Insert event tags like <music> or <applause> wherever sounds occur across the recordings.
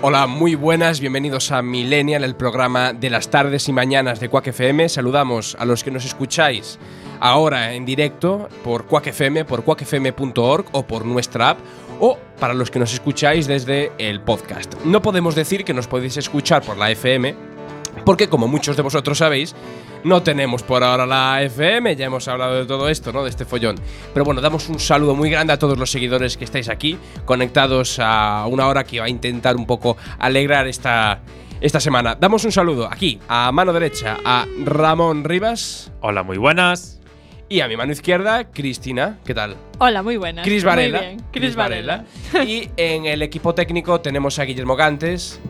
Hola, muy buenas, bienvenidos a Millennial, el programa de las tardes y mañanas de Quack FM. Saludamos a los que nos escucháis ahora en directo por Quack FM, por quackfm.org o por nuestra app o para los que nos escucháis desde el podcast. No podemos decir que nos podéis escuchar por la FM, porque como muchos de vosotros sabéis, no tenemos por ahora la FM, ya hemos hablado de todo esto, ¿no? De este follón. Pero bueno, damos un saludo muy grande a todos los seguidores que estáis aquí, conectados a una hora que va a intentar un poco alegrar esta, esta semana. Damos un saludo aquí, a mano derecha, a Ramón Rivas Hola, muy buenas. y a mi mano izquierda, Cristina. ¿Qué tal? Hola, muy buenas. Cris Ah, Muy Varela. bien, Cris Varela. y en el equipo técnico tenemos a Guillermo Gantes.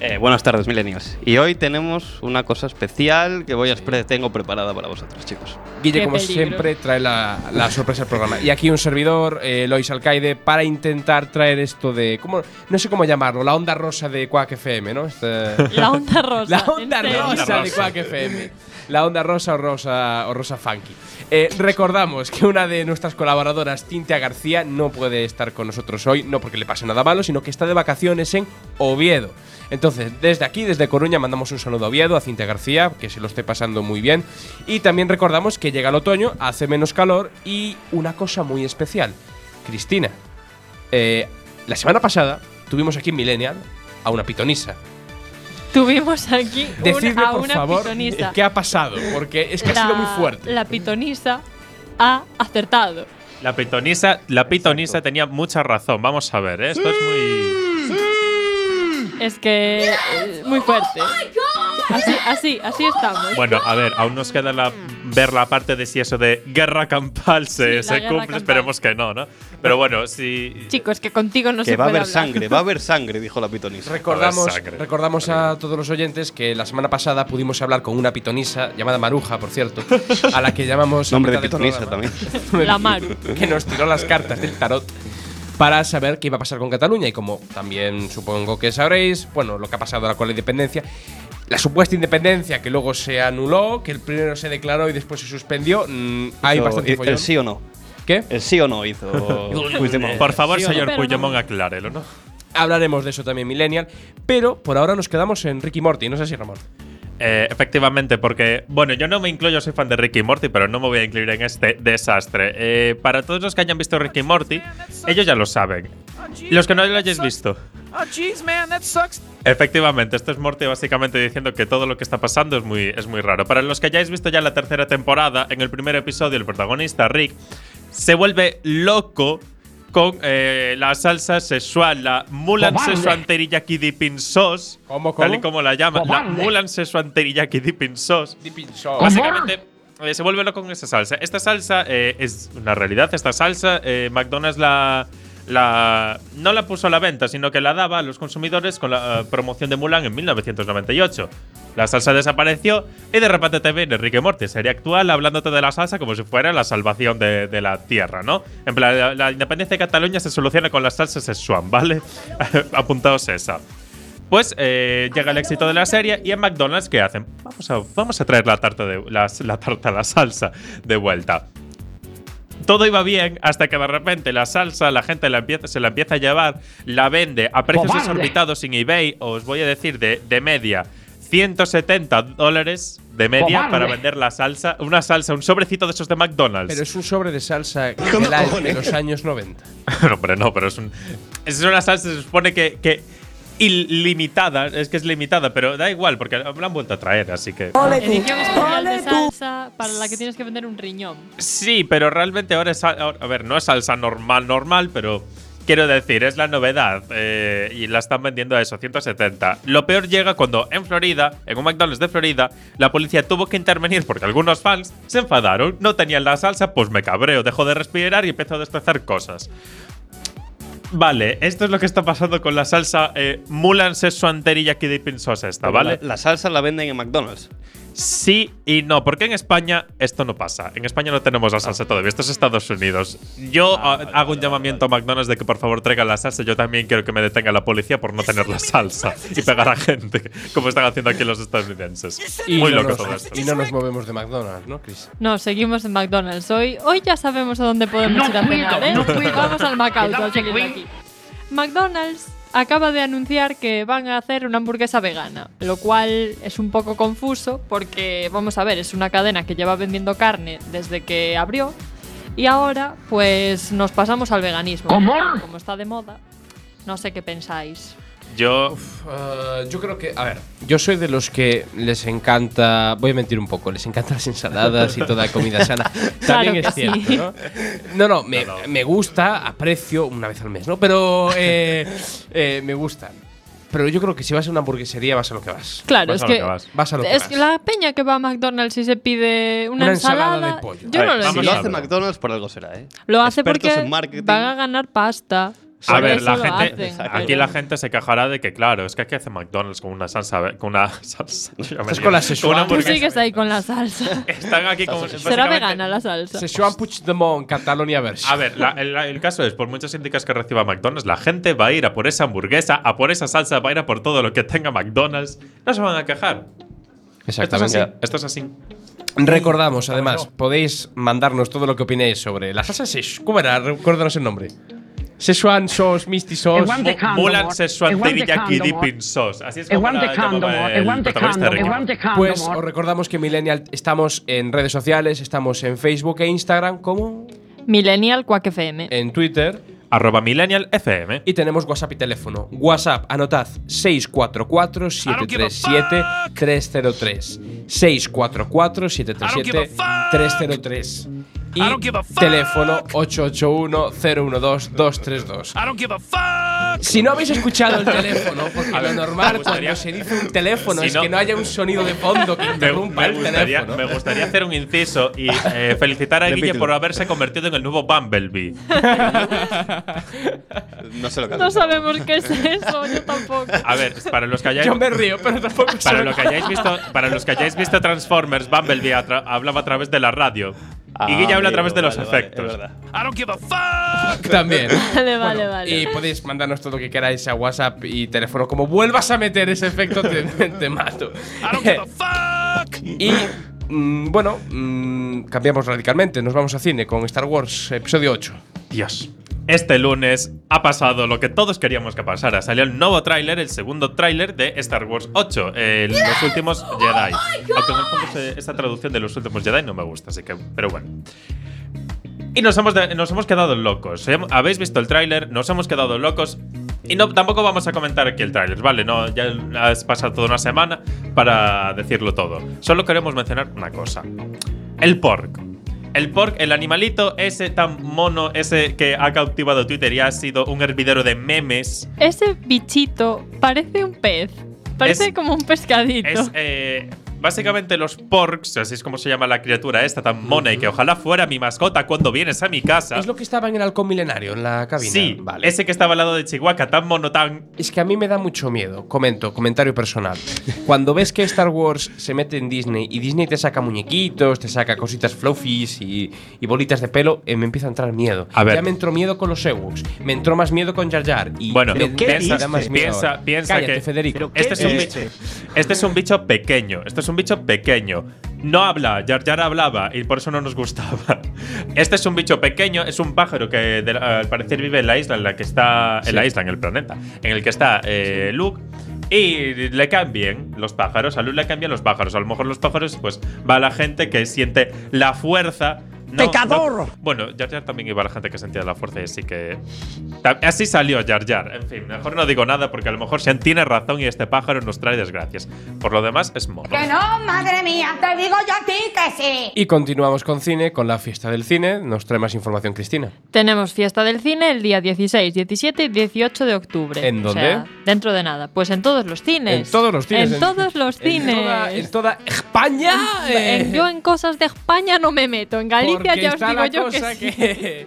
Eh, buenas tardes, millennials. Y hoy tenemos una cosa especial que voy a pre- tengo preparada para vosotros, chicos. Guille, Qué como peligro. siempre, trae la, la sorpresa al programa. Y aquí un servidor, eh, Lois Alcaide, para intentar traer esto de. ¿cómo? No sé cómo llamarlo, la onda rosa de Quack FM, ¿no? Este- La onda rosa. <laughs> la onda en serio. rosa de Quack FM. La onda rosa o rosa, o rosa funky. Eh, recordamos que una de nuestras colaboradoras, Cintia García, no puede estar con nosotros hoy, no porque le pase nada malo, sino que está de vacaciones en Oviedo. Entonces, desde aquí, desde Coruña, mandamos un saludo a Oviedo, a Cintia García, que se lo esté pasando muy bien. Y también recordamos que llega el otoño, hace menos calor y una cosa muy especial. Cristina, eh, la semana pasada tuvimos aquí en Millennial a una pitonisa. Tuvimos aquí un- Decidme, a por una favor, pitonisa. qué ha pasado, porque es que ha sido muy fuerte. La pitonisa ha acertado. La pitonisa, la pitonisa tenía mucha razón. Vamos a ver, ¿eh? esto es muy. Es que eh, muy fuerte. Así, así, así estamos. Bueno, a ver, aún nos queda la- ver la parte de si eso de guerra campal se, Sí, la se guerra cumple. campal. Esperemos que no, ¿no? Pero bueno, si. Chicos, que contigo no que se va a puede haber hablar. sangre, va a haber sangre, dijo la pitonisa. Recordamos, Joder, sangre. recordamos a todos los oyentes que la semana pasada pudimos hablar con una pitonisa, llamada Maruja, por cierto, a la que llamamos. a Nombre de mitad del pitonisa programa, también. <laughs> La <laughs> Maru. Que nos tiró las cartas del tarot para saber qué iba a pasar con Cataluña. Y como también supongo que sabréis, bueno, lo que ha pasado ahora con la independencia. La supuesta independencia que luego se anuló, que el primero se declaró y después se suspendió. mm, hay Hizo- bastante el follón. eh, sí o no. ¿Qué? El sí o no hizo. Puigdemont. Por favor, ¿Sí o no? señor Pero no. Puigdemont, aclárelo, ¿no? Hablaremos de eso también, Millennial. Pero por ahora nos quedamos en Ricky Morty, no sé si Ramón. Eh, efectivamente, porque, bueno, yo no me incluyo, soy fan de Ricky Morty, pero no me voy a incluir en este desastre. Eh, para todos los que hayan visto Ricky Morty, ellos ya lo saben. Los que no lo hayáis visto. Oh, jeez, man, that sucks. Efectivamente, esto es Morty básicamente diciendo que todo lo que está pasando es muy, es muy raro. Para los que hayáis visto ya la tercera temporada, en el primer episodio el protagonista, Rick, se vuelve loco con eh, la salsa sexual, la Mulan Szechuan Teriyaki Dipping Sauce, ¿Cómo, cómo? tal y como la llaman, la Mulan Szechuan Teriyaki Dipping Sauce. Básicamente eh, se vuelve loco con esa salsa. Esta salsa eh, es una realidad. Esta salsa, eh, McDonald's la, la- no la puso a la venta, sino que la daba a los consumidores con la eh, promoción de Mulan en 1998. La salsa desapareció y de repente te viene Enrique Morty, sería actual, hablándote de la salsa como si fuera la salvación de, de la tierra, ¿no? En plan, la, la independencia de Cataluña se soluciona con la salsa Szechuan, ¿vale? <laughs> Apuntaos esa. Pues eh, llega el éxito de la serie y en McDonald's, ¿qué hacen? Vamos a, vamos a traer la tarta, de, la, la tarta, la salsa de vuelta. Todo iba bien hasta que de repente la salsa la gente la empieza, se la empieza a llevar, la vende a precios exorbitados en eBay, os voy a decir de, de media, 170 dólares de media para vender la salsa, una salsa, un sobrecito de esos de McDonald's. Pero es un sobre de salsa de, la- de los años 90. <laughs> No, pero no, pero es un. Es una salsa, se supone que. que ilimitada, es que es limitada, pero da igual, porque la han vuelto a traer, así que. Edición especial de salsa para la que tienes que vender un riñón. Sí, pero realmente ahora es. sal- ahora- A ver, no es salsa normal, normal, pero. Quiero decir, es la novedad eh, y la están vendiendo a eso, 170. Lo peor llega cuando en Florida, en un McDonald's de Florida, la policía tuvo que intervenir porque algunos fans se enfadaron, no tenían la salsa, pues me cabreo, dejo de respirar y empiezo a destrozar cosas. Vale, esto es lo que está pasando con la salsa eh, Mulan Szechuan Teriyaki Dipping Sauce esta, Pero ¿vale? La, la salsa la venden en McDonald's. Sí y no, porque en España esto no pasa. En España no tenemos la salsa todavía, esto es Estados Unidos. Yo ah, hago un llamamiento a McDonald's de que por favor traiga la salsa. Yo también quiero que me detenga la policía por no tener la salsa y pegar a gente, como están haciendo aquí los estadounidenses. Muy no loco nos- todo esto. Y no nos movemos de McDonald's, ¿no, Chris? No, seguimos en McDonald's. Hoy, hoy ya sabemos a dónde podemos ir a cenar, ¿eh? Vamos al McDonald's. Vamos al McDonald's. acaba de anunciar que van a hacer una hamburguesa vegana, lo cual es un poco confuso porque, vamos a ver, es una cadena que lleva vendiendo carne desde que abrió y ahora pues nos pasamos al veganismo. ¿Cómo? Como está de moda, no sé qué pensáis. Yo. Uf, eh, yo creo que, a ver, yo soy de los que les encanta, voy a mentir un poco, les encantan las ensaladas y toda comida sana. También <laughs> Claro es que cierto, sí. ¿no? No, no, me, me gusta, aprecio una vez al mes, ¿no? Pero eh, eh, me gustan. Pero yo creo que si vas a una hamburguesería vas a lo que vas. Claro, es Vas a lo que, que vas. Vas a lo que es vas. que la peña que va a McDonald's y se pide una, Una ensalada ensalada de pollo. yo A no ver, lo vamos Si entiendo. lo a hace ver. McDonald's, por algo será, ¿eh? Lo hace Expertos porque en marketing. van a ganar pasta. A Por ver, eso la lo gente, hacen, aquí pero- la gente se quejará de que, claro, es que aquí hace McDonald's con una salsa. Con una <laughs> salsa. Estás con la Szechuan. Una Tú hamburguesa sigues ahí con la <laughs> salsa. Están aquí como. <laughs> Será básicamente- vegana la salsa. Szechuan Puigdemont, Catalonia version. A ver, la- el, el caso es, por muchas críticas que reciba McDonald's, la gente va a ir a por esa hamburguesa, a por esa salsa, va a ir a por todo lo que tenga McDonald's. No se van a quejar. Esto es así. Esto es así. Recordamos, además, podéis mandarnos todo lo que opinéis sobre la salsa Sesh. ¿Cómo era? Recuérdanos el nombre. Szechuan sauce, Misty sauce. Igual- Mu- Candor, Mulan Szechuan Eguante Teriyaki Candor. Dipping Sauce. Así es E como guante la llamaba candomor, e el guante protagonista de candomor, e Ricky guante Pues os candomor. recordamos que Millennial estamos en redes sociales, estamos en Facebook e Instagram, como Millennial Quack FM. en Twitter. Morty. Arroba Millennial FM. Y tenemos WhatsApp y teléfono. WhatsApp, anotad 644-737-303. 644-737-303. Y teléfono 881-012-232. I don't give a fuck. Si no habéis escuchado el teléfono, porque A ver, lo normal me gustaría- cuando se dice un teléfono Si es no- que no haya un sonido de fondo que Me, interrumpa me el gustaría, teléfono. me gustaría hacer un inciso y eh, felicitar a De Guille Beatles. por haberse convertido en el nuevo Bumblebee. No sé lo Eh, que No hace. sabemos qué es eso, yo <laughs> tampoco. A ver, para los que hayáis, Yo me río, pero tampoco para sé. lo que hayáis visto, para los que hayáis visto Transformers, Bumblebee a tra- hablaba a través de la radio y Ah, Guille habla a amigo, través de los vale, vale, efectos. es verdad. I don't give a fuck. <laughs> También. Vale, vale, Bueno, vale. Y podéis mandarnos todo lo que queráis a WhatsApp y teléfono. Como vuelvas a meter ese efecto, te, <laughs> te mato. I don't <laughs> give a fuck. y mm, bueno, mm, cambiamos radicalmente. Nos vamos a cine con Star Wars Episodio 8. Dios. Este lunes ha pasado lo que todos queríamos que pasara. Salió el nuevo tráiler, el segundo tráiler de Star Wars 8, el- Los Últimos Jedi. Aunque en el fondo se- esta traducción de Los Últimos Jedi no me gusta, así que… Pero bueno. Y nos hemos, de- nos hemos quedado locos. Hem- Habéis visto el tráiler, nos hemos quedado locos. Y no, tampoco vamos a comentar aquí el tráiler, ¿vale? No, ya has pasado toda una semana para decirlo todo. Solo queremos mencionar una cosa. El pork. El pork, el animalito ese tan mono, ese que ha cautivado Twitter y ha sido un hervidero de memes. Ese bichito parece un pez. Parece Es- como un pescadito. Es eh, básicamente los porks, así es como se llama la criatura esta tan mona y que ojalá fuera mi mascota cuando vienes a mi casa. Es lo que estaba en el halcón milenario, en la cabina. Sí, vale. ese que estaba al lado de Chihuahua, tan mono, tan Es que a mí me da mucho miedo. Comento, comentario personal. Cuando ves que Star Wars se mete en Disney y Disney te saca muñequitos, te saca cositas fluffies y, y bolitas de pelo, eh, me empieza a entrar miedo. A ver. Ya me entró miedo con los Ewoks, me entró más miedo con Jar Jar. Y Bueno, me, ¿Pero me qué dices? da más miedo Piensa- ahora. piensa Cállate, que- Federico. Este es, un bicho, dices? este es un bicho pequeño. Este es un bicho pequeño. No habla, Jar Jar hablaba y por eso no nos gustaba. <laughs> Este es un bicho pequeño, es un pájaro que de la- al parecer vive en la isla en la que está. En la isla, en el planeta, en el que está eh, Luke. Y le cambian los pájaros. A Luke le cambian los pájaros. A lo mejor los pájaros, pues va la gente que siente la fuerza. No, ¡Pecador! no- bueno, Jar Jar también iba a la gente que sentía la fuerza y así que Ta- Así salió Jar Jar. En fin, mejor no digo nada porque a lo mejor Sean tiene razón y este pájaro nos trae desgracias. Por lo demás, es mono. Que no, madre mía, te digo yo a ti que sí. Y continuamos con cine, con la fiesta del cine. Nos trae más información Cristina. Tenemos fiesta del cine el día 16, 17 y 18 de octubre. ¿En O sea, dónde? dentro de nada. Pues en todos los cines. En todos los cines. En, todos los en cines. toda- En toda, España. eh, En- yo en cosas de España no me meto. En Galicia porque ya os está digo la yo que cosa sí. que-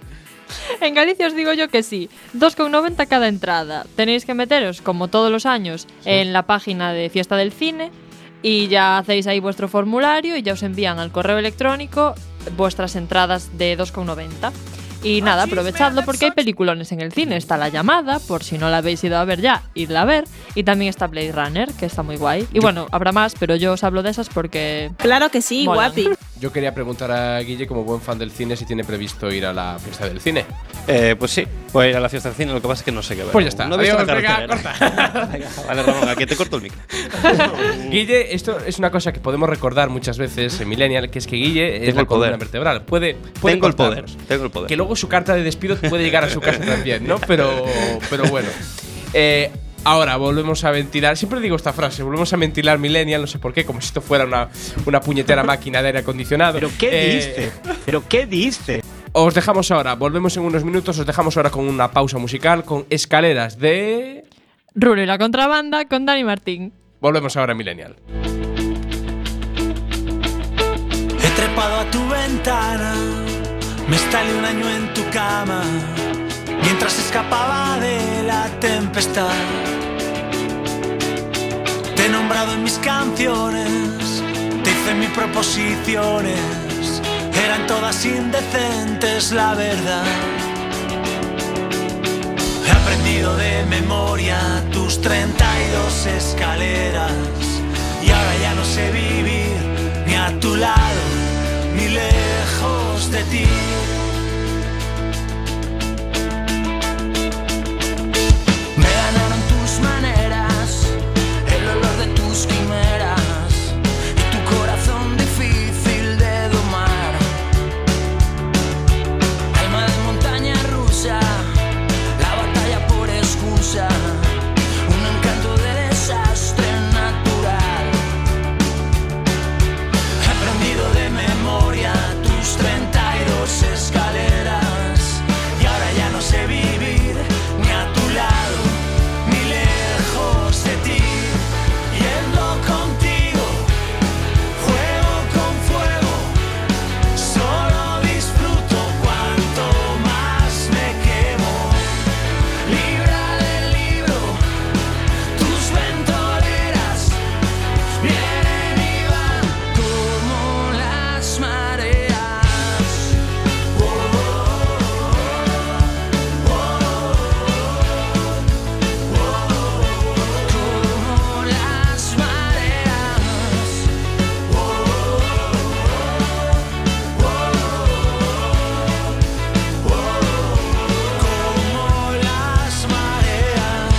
En Galicia os digo yo que sí. 2,90 cada entrada. Tenéis que meteros, como todos los años, en la página de Fiesta del Cine y ya hacéis ahí vuestro formulario y ya os envían al correo electrónico vuestras entradas de 2,90. Ah, Y nada, aprovechadlo porque hay peliculones en el cine. Está La Llamada, por si no la habéis ido a ver ya, idla a ver. Y también está Blade Runner, que está muy guay. Y bueno, habrá más, pero yo os hablo de esas porque Claro que sí, Molan. guapi. Yo quería preguntar a Guille, como buen fan del cine, si tiene previsto ir a la fiesta del cine. Eh, pues sí, voy a ir a la fiesta del cine, lo que pasa es que no sé qué ver. Pues ya está. No he visto Adiós, la venga, cartelera. <laughs> Venga, vale, Ramón, aquí te corto el micro. Guille, esto es una cosa que podemos recordar muchas veces en Millennial, que es que Guille es Tengo la el poder. columna vertebral. Puede, puede Tengo el poder. cortarnos. Tengo el poder. Que luego su carta de despido puede llegar a su casa también, ¿no? Pero, pero bueno. Eh, ahora volvemos a ventilar. Siempre digo esta frase, volvemos a ventilar Millennial, no sé por qué, como si esto fuera una, una puñetera máquina de aire acondicionado. ¿Pero qué Eh, diste? ¿Pero qué diste? Os dejamos ahora, volvemos en unos minutos, os dejamos ahora con una pausa musical con escaleras de... Rulo y la contrabanda con Dani Martín. Volvemos ahora a Millennial. He trepado a tu ventana, me estalé un año en tu cama, mientras escapaba de la tempestad. Te he nombrado en mis canciones, te hice mis proposiciones, eran todas indecentes, la verdad. He aprendido de memoria tus 32 escaleras y ahora ya no sé vivir ni a tu lado ni lejos de ti. Me ganaron tus maneras, el olor de tus quimeras y tu corazón difícil de domar. Alma de montaña rusa. La batalla por excusa, un encanto de desastre natural. He aprendido de memoria tus 32 escaleras y ahora ya no sé vivir ni a tu lado ni lejos de ti. Yendo contigo, juego con fuego. Solo disfruto cuanto más me quemo. Libra del libro, tus ventoleras vienen y van como las mareas. Oh, oh, oh, oh, oh, Como las mareas. como las mareas.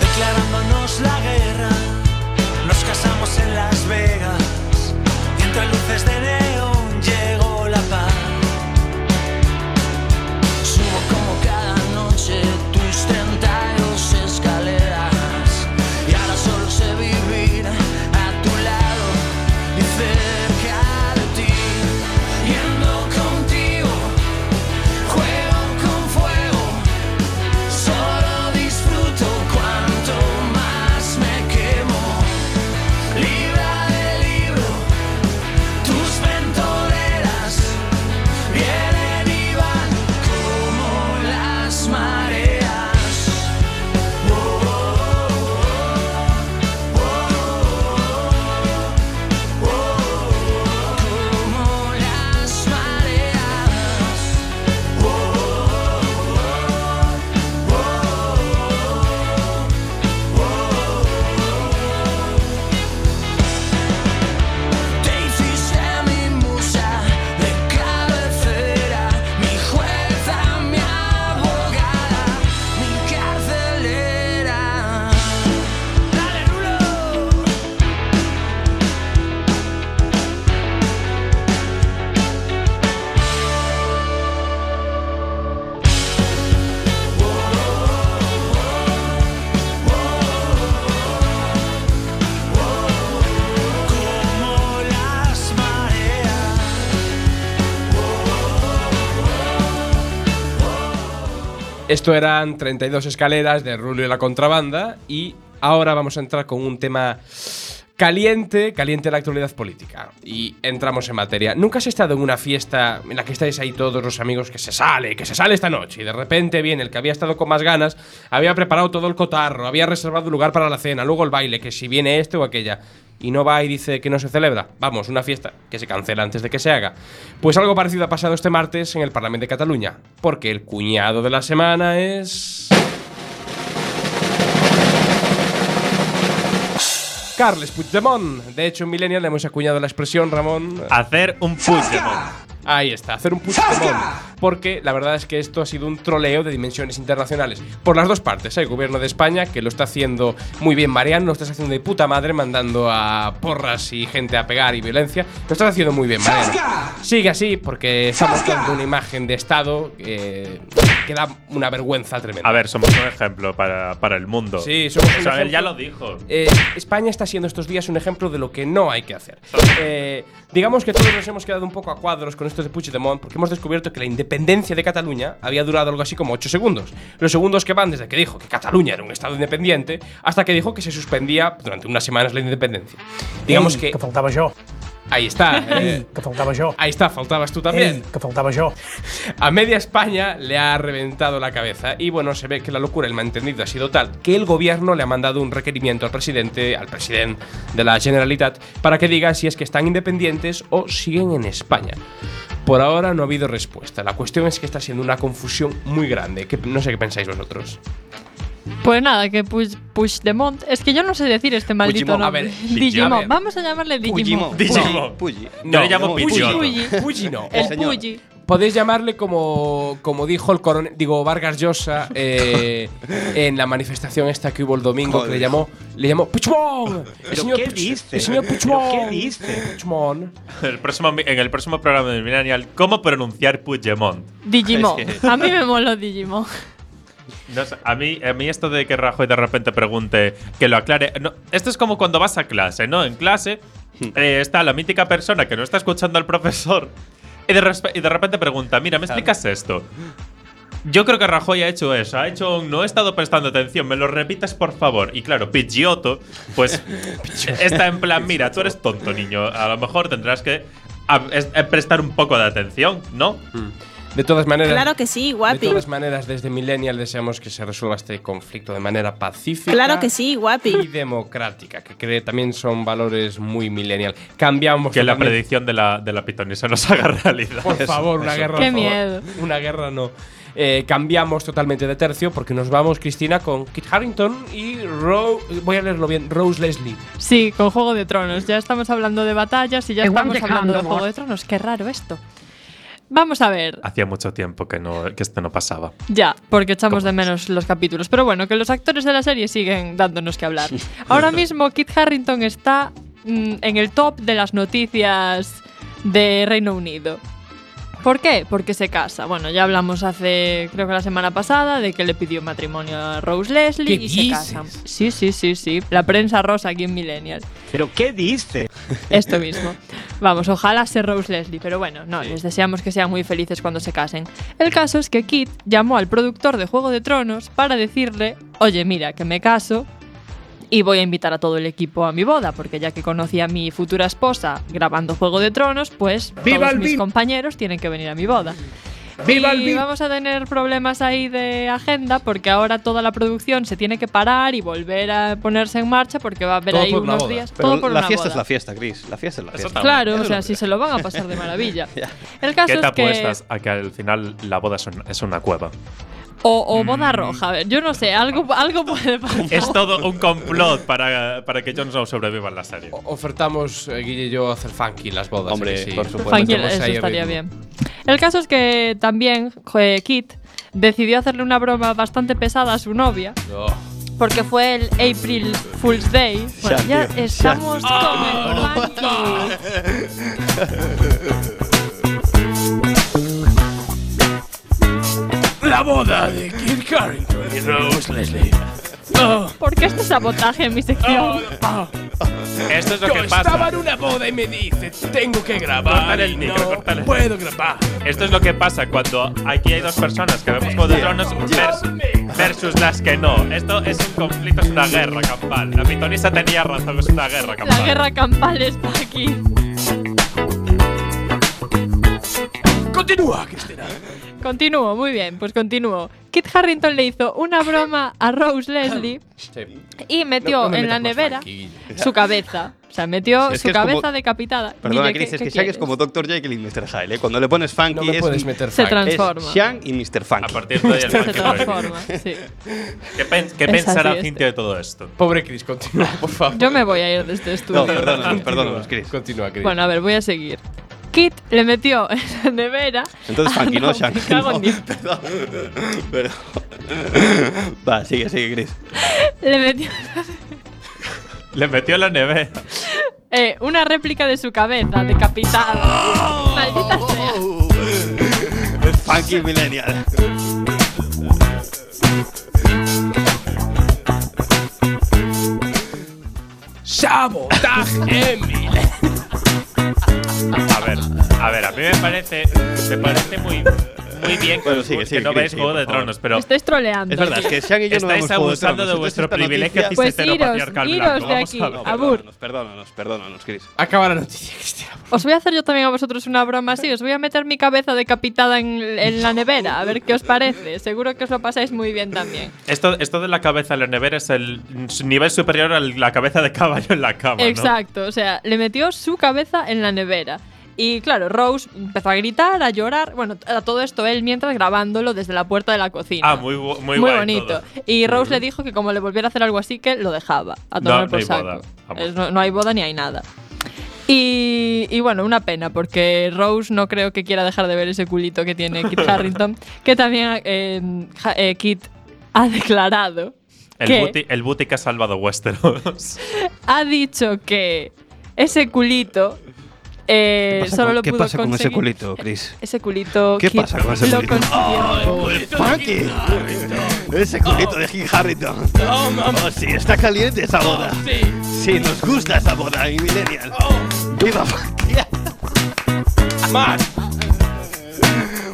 Declarándonos la guerra, nos casamos en Las Vegas y entre luces de neón llegó la paz. Subo como cada noche tus 32 escaleras y ahora solo sé vivir a tu lado y cerca de ti. Yendo contigo, juego con fuego. Solo disfruto cuanto más me quemo. Libra de libro, tus ventoleras vienen y van como las mareas. Oh, oh, oh, oh, oh, oh, Como las mareas. Oh, oh, oh. Te hiciste mi musa de cabecera, mi jueza, mi abogada, mi carcelera. Dale, Rulo. Como las mareas. Esto eran 32 escaleras de Rulio y la contrabanda y ahora vamos a entrar con un tema caliente, caliente de la actualidad política y entramos en materia. ¿Nunca has estado en una fiesta en la que estáis ahí todos los amigos que se sale, que se sale esta noche y de repente viene el que había estado con más ganas, había preparado todo el cotarro, había reservado un lugar para la cena, luego el baile, que si viene este o aquella y no va y dice que no se celebra. Vamos, una fiesta que se cancela antes de que se haga. Pues algo parecido ha pasado este martes en el Parlamento de Cataluña, porque el cuñado de la semana es... Carles Puigdemont. De hecho, en Millennial le hemos acuñado la expresión, Ramón. Hacer un Puigdemont. Ahí está, hacer un Puigdemont. Porque la verdad es que esto ha sido un troleo de dimensiones internacionales. Por las dos partes. Hay gobierno de España que lo está haciendo muy bien Mariano, lo estás haciendo de puta madre, mandando a porras y gente a pegar y violencia. Lo estás haciendo muy bien, Mariano. Sigue así porque estamos dando una imagen de Estado eh, que da una vergüenza tremenda. A ver, somos un ejemplo para, para el mundo. Sí, somos un O sea, él ya ejemplo. lo dijo. Eh, España está siendo estos días un ejemplo de lo que no hay que hacer. Eh, digamos que todos nos hemos quedado un poco a cuadros con esto de Puigdemont porque hemos descubierto que la independencia de Cataluña había durado algo así como 8 segundos. Los segundos que van desde que dijo que Cataluña era un estado independiente hasta que dijo que se suspendía durante unas semanas la independencia. Digamos Ei, que Que faltava jo. ahí está. eh, Que faltava jo. ahí está, faltabas tú también. Ei, Eh, que faltava jo. A media España le ha reventado la cabeza y bueno, se ve que la locura, el malentendido ha sido tal que el gobierno le ha mandado un requerimiento al presidente, al presidente de la Generalitat, para que diga si es que están independientes o siguen en España. Por ahora no ha habido respuesta. La cuestión es que está siendo una confusión muy grande. que no sé qué pensáis vosotros. Pues nada, que Push, Puigdemont. Es que yo no sé decir este maldito Puigdemont. nombre. <laughs> A ver, Digimon. a ver. Vamos a llamarle Digimon. Digimon. Puyi. Yo le llamo Puyi, Pidgeotto. Puyi, Puyi <laughs> no. El señor. Puyi. Podéis llamarle como, como dijo el coronel, digo Vargas Llosa eh, en la manifestación esta que hubo el domingo, que Joder. le llamó, le llamó Puigdemont. El ¿Pero señor qué Puig- diste? El señor ¿Pero Puigdemont. qué diste? Puigdemont. El próximo, mi- en el próximo programa de Millennial, ¿cómo pronunciar Puigdemont? <laughs> Digimon. Es A mí me moló Digimon. No sé, a, mí, a mí esto de que Rajoy de repente pregunte, que lo aclare. no, esto es como cuando vas a clase, ¿no? En clase eh, está la mítica persona que no está escuchando al profesor y de, respe- y de repente pregunta, mira, ¿me explicas esto? Yo creo que Rajoy ha hecho eso, ha hecho un no he estado prestando atención, me lo repitas por favor. Y claro, Pidgeotto, pues está en plan, mira, tú eres tonto, niño, a lo mejor tendrás que a- es- eh, prestar un poco de atención, ¿no? De todas maneras. Claro que sí, De guapi. todas maneras, desde Millennial deseamos que se resuelva este conflicto de manera pacífica. Claro que sí, Y guapi. democrática, que cree- también son valores muy millennial. Cambiamos Que la totalmente- predicción de la, de la pitonisa nos haga <laughs> realidad. Por Eso, favor, una eso. guerra. Qué por favor. miedo. Una guerra no. Eh, cambiamos totalmente de tercio porque nos vamos, Cristina, con Kit Harrington y Ro voy a leerlo bien, Rose Leslie. Sí, con Juego de Tronos. Ya estamos hablando de batallas y ya Te estamos guante hablando de Cándamo. Juego de Tronos. Qué raro esto. Vamos a ver. Hacía mucho tiempo que, no, que esto no pasaba. Ya, porque echamos de menos los capítulos. Pero bueno, que los actores de la serie siguen dándonos que <laughs> hablar. Ahora mismo Kit Harrington está mm, en el top de las noticias de Reino Unido. ¿Por qué? Porque se casa. Bueno, ya hablamos hace, creo que la semana pasada, de que le pidió matrimonio a Rose Leslie ¿Qué y dices? se casan. Sí, sí, sí, sí. La prensa rosa aquí en Millennial. ¿Pero qué diste? <laughs> Esto mismo. Vamos, ojalá sea Rose Leslie, pero bueno, no, les deseamos que sean muy felices cuando se casen. El caso es que Kit llamó al productor de Juego de Tronos para decirle, oye, mira, que me caso y voy a invitar a todo el equipo a mi boda, porque ya que conocí a mi futura esposa grabando Juego de Tronos, pues ¡Viva todos el mis vino! compañeros tienen que venir a mi boda. ¡Viva el y vino! vamos a tener problemas ahí de agenda porque ahora toda la producción se tiene que parar y volver a ponerse en marcha porque va a haber Todo ahí por una unos boda. días. Pero todo por la una fiesta boda. es la fiesta, Chris. La fiesta es la Eso fiesta. Claro, Eso o es sea, lo si que- se lo van a pasar de maravilla. El caso ¿Qué te es que. apuestas a que al final la boda es un- es una cueva? O, o boda roja, a ver, yo no sé, algo, algo puede pasar. es todo un complot para, para que Jon Snow sobreviva en la serie. O- Ofertamos, eh, Guille y yo, hacer funky las bodas. Hombre, ¿eh? Sí. por supuesto. Tranquila, Metemos eso ahí el estaría ritmo. bien. El caso es que también eh, Kit decidió hacerle una broma bastante pesada a su novia. Oh. Porque fue el April Fool's Day. Bueno, ya, estamos con el guante. La boda de Kid Carrington y Rose Leslie. ¿Por qué este sabotaje en mi Oh, sección? Esto es lo Yo que Ah, estaba pasa. en una boda y me dice, tengo que grabar. Córtale el y micro, no córtale. puedo grabar. Esto es lo que pasa cuando aquí hay dos personas que vemos Juego de Tronos vers- versus las que no. Esto es un conflicto, es una guerra campal. La pitonisa tenía razón, es una guerra campal. La guerra campal está aquí. Continúa, Cristina. Continúo, muy bien, pues continúo. Kit Harrington le hizo una broma a Rose Leslie y metió No- no me en la metas más nevera franquillo. su cabeza. O sea, metió Es que su es como- cabeza decapitada. Perdona, Dile, que ¿qué- dices qué que Shaq es quieres? como Dr. Jekyll y Mr. Hyde. ¿eh? Cuando le pones funky No me es, puedes meter Se fuck. transforma. es Shaq y Mr. Funky. A partir de hoy el Ah, Se Funky Friday. transforma, <laughs> sí. ¿Qué, pen- qué Es pensará así este. Cintia de todo esto? Pobre Chris, continúa, por favor. Yo me voy a ir de este estudio. <laughs> no, perdónanos, <laughs> perdónanos, Chris. Continúa, Chris. Bueno, a ver, voy a seguir. Kit le metió en la nevera. <laughs> Entonces Ah, Funky, no, no, Shaq. me cago en <laughs> No, Dios. perdón. Perdón. Va, sigue, sigue, Chris. Le metió Le metió la nevera. eh, una réplica de su cabeza ¡Oh! decapitada. Maldita sea. Funky Millennial. Sabotaje <laughs> Emily. A ver, a ver, a mí me parece, me parece muy, muy bien que, Bueno, os- sigue, que sigue, no Chris, veáis sigue, Juego por de favor. Tronos, pero Estáis troleando. Es verdad, es que Shaq y yo no vemos estáis Juego de abusando Tronos, de entonces vuestro esta privilegio noticia- Pues cis-heteropatriarcal iros, blanco. iros de Vamos aquí. a No, Abur. ver. Eh, perdónanos, perdónanos, perdónanos, Chris. Acaba la noticia, Cristian. Os voy a hacer yo también a vosotros una broma así. Os voy a meter mi cabeza decapitada en, en la nevera. A ver qué os parece. Seguro que os lo pasáis muy bien también. Esto, esto de la cabeza en la nevera es el nivel superior a la cabeza de caballo en la cama, ¿no? Exacto. O sea, le metió su cabeza en la nevera. Y claro, Rose empezó a gritar, a llorar. Bueno, a todo esto él mientras grabándolo desde la puerta de la cocina. Ah, muy, bu- Muy muy, guay bonito. todo. Y Rose le dijo que como le volviera a hacer algo así, que lo dejaba. A No, tomar no por hay saco. boda. Vamos. Es- no, no hay boda ni hay nada. Y, y bueno, una pena, porque Rose no creo que quiera dejar de ver ese culito que tiene <laughs> Kit Harrington, que también eh, Ja- eh, Kit ha declarado El, que buti, el booty que ha salvado <laughs> Westeros. ha dicho que ese culito eh, solo lo pudo conseguir- Chris? Ese culito ¿Qué Kit, pasa con ese lo culito? consiguió. ¡Funky! Ese culito de Jim Harrington. Oh, sí, está caliente esa boda. Sí, nos gusta esa boda y Millennial. ¡Viva Funky! Más.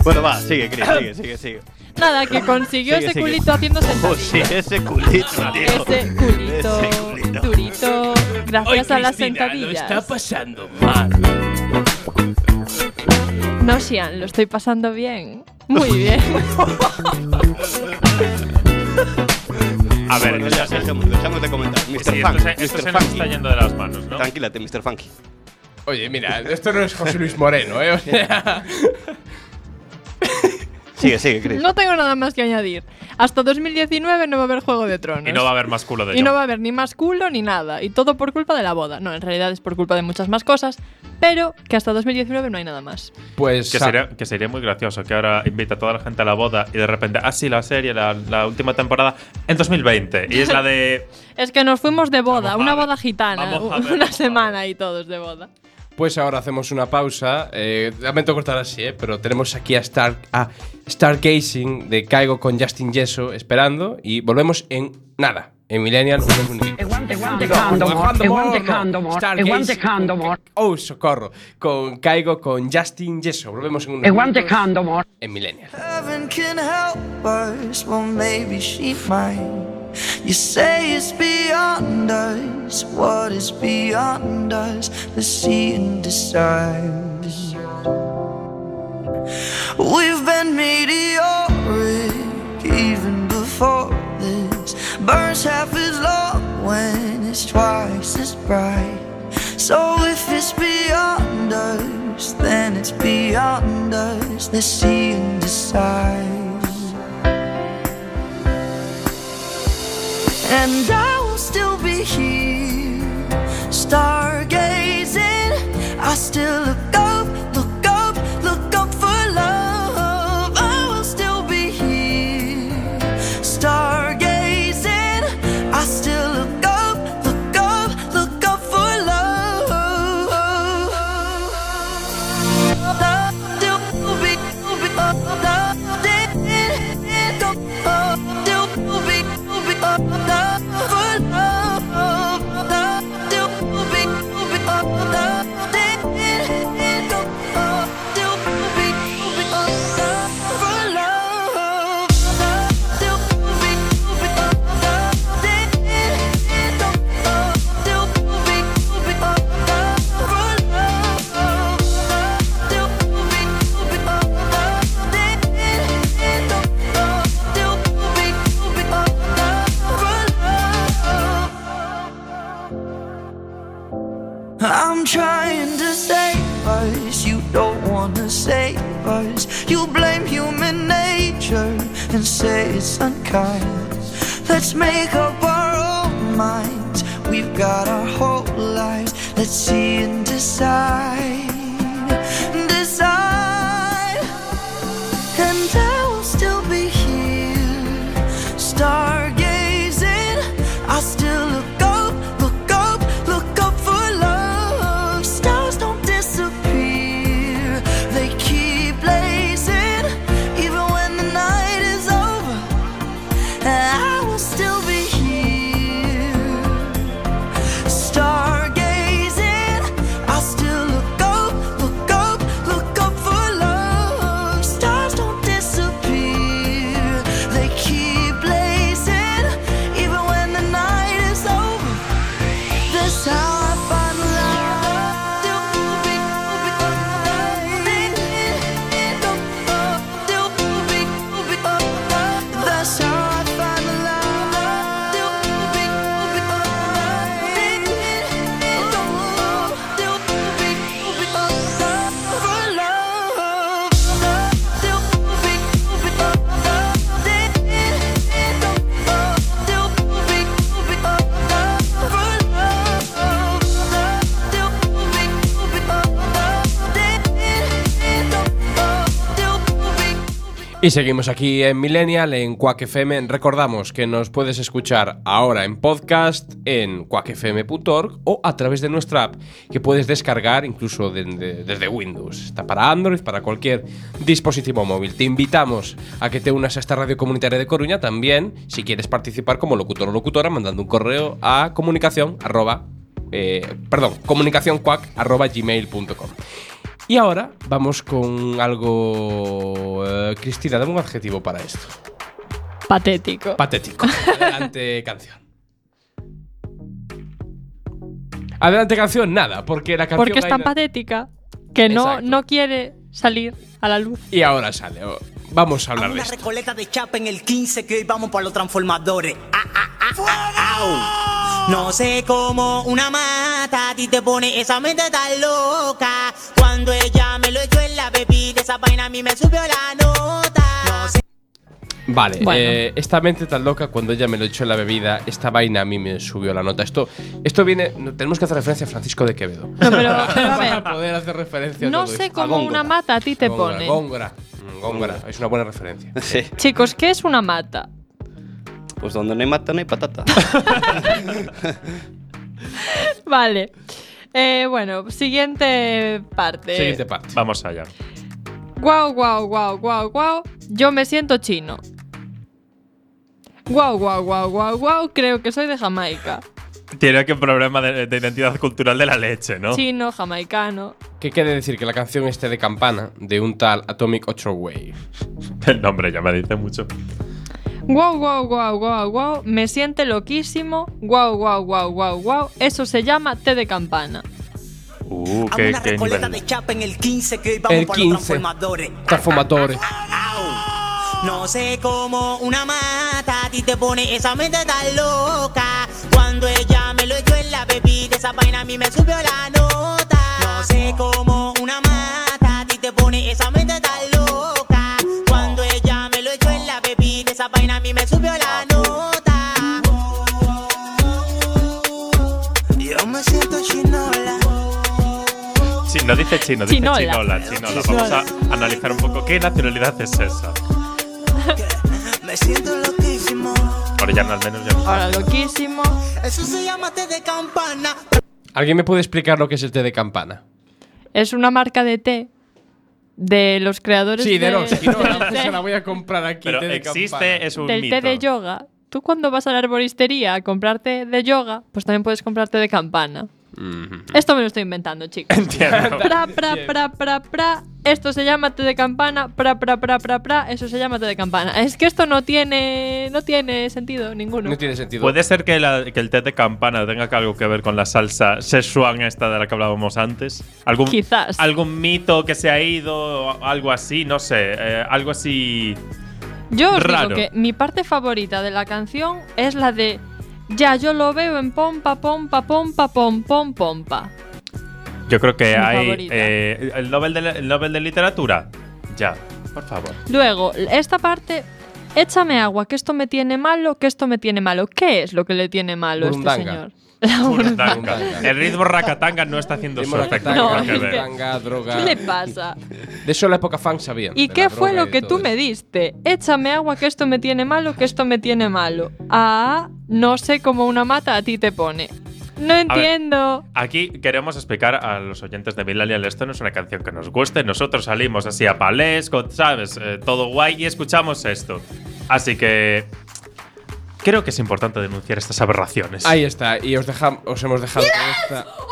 Bueno, va, sigue, Chris, sigue, sigue, sigue. Nada, que consiguió Sigue, ese sigue. culito haciendo Oh, sentadillas. sí, ese culito, tío. Ese culito, Ese culito. durito, gracias a las sentadillas. pasando mal. No, Sian, lo estoy pasando bien. Muy bien. A ver, Bueno, esto- ya dejemos, dejamos de comentar. Mr. sí, esto, Funk, se, esto se Mr. nos está Funky. yendo de las manos, ¿no? Tranquilate, Mr. Funky. Oye, mira, esto no es José Luis Moreno, ¿eh? O <laughs> sea, Sigue, sigue, Chris. No tengo nada más que añadir. Hasta 2019 no va a haber Juego de Tronos. Y no va a haber más culo de Y no Jon. va a haber ni más culo ni nada. Y todo por culpa de la boda. No, en realidad es por culpa de muchas más cosas. Pero que hasta 2019 no hay nada más. pues. Que sería, que sería muy gracioso que ahora invita a toda la gente a la boda y de repente, ah, sí, la serie, la, la última temporada, en 2020. Y es la de. Es que nos fuimos de boda, Vamos a una ver. boda gitana. Vamos a ver, una vamos a semana y todos de boda. Pues ahora hacemos una pausa. Eh, lamento cortar así, ¿eh? pero tenemos aquí a, Star, a Stargazing de Caigo con Justin Yeso esperando y volvemos en nada, en Millennial. unos minutitos. Stargazing. Oh, socorro. Con Caigo con Justin Yeso. Volvemos en unos minutos en Millennial. Heaven can help us, well, maybe she might. You say it's beyond us, what is beyond us, the sea and decide. We've been meteoric even before this. Burns half as long when it's twice as bright. So if it's beyond us, then it's beyond us. The sea and decide. And I will still be here, stargazing. I still look up, look up, look up for love. I will still be here, stargazing. I still look up, look up, look up for love. Love still be, be human nature and say it's unkind. Let's make up our own minds. We've got our whole lives. Let's see and decide. Decide. And I will still be here, stargazing. I still look up, look up, look up for love. Stars don't disappear, they keep blazing. Even when the night is over, I will still be here. Stargazing, I still look up, look up, look up for love. Stars don't disappear, they keep blazing, even when the night is over. That's how I find love. Do be, be, do be, be, That's how I find love. Do be, be, do be, be, for love. Do be, be, do be, be, for love. Do be, be, do be. Y seguimos aquí en Millennial, en Quack FM. Recordamos que nos puedes escuchar ahora en podcast, en quackfm.org o a través de nuestra app, que puedes descargar incluso de- de- desde Windows. Está para Android, para cualquier dispositivo móvil. Te invitamos a que te unas a esta radio comunitaria de Coruña también, si quieres participar como locutor o locutora, mandando un correo a comunicación arroba, eh, perdón, comunicacionquack arroba gmail.com. Y ahora vamos con algo. eh, Cristina, dame un adjetivo para esto. Patético. <laughs> Patético. Adelante, canción. Adelante, canción, nada, porque la canción. Porque es tan hay- patética que no, Exacto. no quiere salir a la luz. Y ahora sale. oh, Vamos a hablar de Una esto. recoleta de chapa en el 15 que hoy vamos para los transformadores. Ah, ah, ah, ah, au. No sé cómo una mata a ti te pone esa mente tan loca. Cuando ella me lo echó en la bebida, esa vaina a mí me subió la nota. No sé Vale, Bueno. eh, esta mente tan loca, cuando ella me lo echó en la bebida, esta vaina a mí me subió la nota. Esto, esto viene. no, Tenemos que hacer referencia a Francisco de Quevedo. No, <laughs> pero, pero a Para ver, poder hacer referencia a no todo sé esto. A cómo Góngora. una mata a ti te Góngora, pone. Góngora. Mm, Góngora, es una buena referencia. Sí, Chicos, ¿qué es una mata? <laughs> pues donde no hay mata no hay <laughs> patata. Vale. Eh, bueno, siguiente parte. Siguiente parte. Vamos allá. Guau, guau, guau, guau, guau. Yo me siento chino. Guau, guau, guau, guau, guau. Creo que soy de Jamaica. Tiene que un problema de, de identidad cultural de la leche, ¿no? Chino, jamaicano. ¿Qué quiere decir que la canción esté de campana de un tal Atomic Otro Way? <laughs> El nombre ya me dice mucho. Guau, guau, guau, guau, guau. Me siente loquísimo. Guau, guau, guau, guau, guau. Eso se llama té de campana. Uh, a qué, una qué recoleta nivel. de chapa en el 15 que hoy vamos El para los 15. transformadores. Transformadores. Au. No sé cómo una mata a ti te pone esa mente tan loca. Cuando ella me lo echó en la bebida, esa vaina a mí me subió la nota. No sé cómo una mata a ti te pone esa mente tan loca. Cuando ella me lo echó en la bebida, esa vaina a mí me subió la nota. Yo me siento chinola. Sí, no dice chino, dice Chinola. chinola. Chinola, Vamos a analizar un poco qué nacionalidad es esa. Me siento loquísimo. Ahora ya no, al menos ya no. Ahora, loquísimo. Eso se llama té de campana. ¿Alguien me puede explicar lo que es el té de campana? Es una marca de té de los creadores Sí, de del- Eroski, <laughs> no, del la- té- se la voy a comprar aquí. Pero té de campana. existe, es un del mito. té de yoga. Tú cuando vas a la arboristería a comprarte de yoga, pues también puedes comprarte de campana. Esto me lo estoy inventando, chicos. Entiendo. Pra, pra, pra, pra, pra. Esto se llama té de campana. Pra, pra, pra, pra, pra. Eso se llama té de campana. Es que esto no tiene, no tiene sentido ninguno. No tiene sentido. Puede ser que, la- que el té de campana tenga que algo que ver con la salsa Szechuan esta de la que hablábamos antes. ¿Algún, Quizás. Algún mito que se ha ido, o algo así, no sé. eh, algo así. Yo os Raro. digo que mi parte favorita de la canción es la de Ya yo lo veo en pompa, pompa, pompa, pom, pom, pompa. Yo creo que Mi hay favorita. eh, el, Nobel de, la- el Nobel de Literatura. Ya. Por favor. Luego, esta parte, échame agua, que esto me tiene malo, que esto me tiene malo. ¿Qué es lo que le tiene malo a este Burundanga. señor? Burundanga. El ritmo racatanga no está haciendo su Ritmo efecto. racatanga, nada que ver. burundanga, droga. ¿Qué le pasa? De eso la época fan sabía. ¿Y qué fue lo que tú me diste? Échame agua, que esto me tiene malo, que esto me tiene malo. Ah, no sé cómo una mata a ti te pone. No entiendo. Aquí queremos explicar a los oyentes de Millennial esto no es una canción que nos guste. Nosotros salimos así a palesco, ¿sabes? Eh, todo guay y escuchamos esto. Así que creo que es importante denunciar estas aberraciones. Ahí está, y os, deja- os hemos dejado con esta. Oh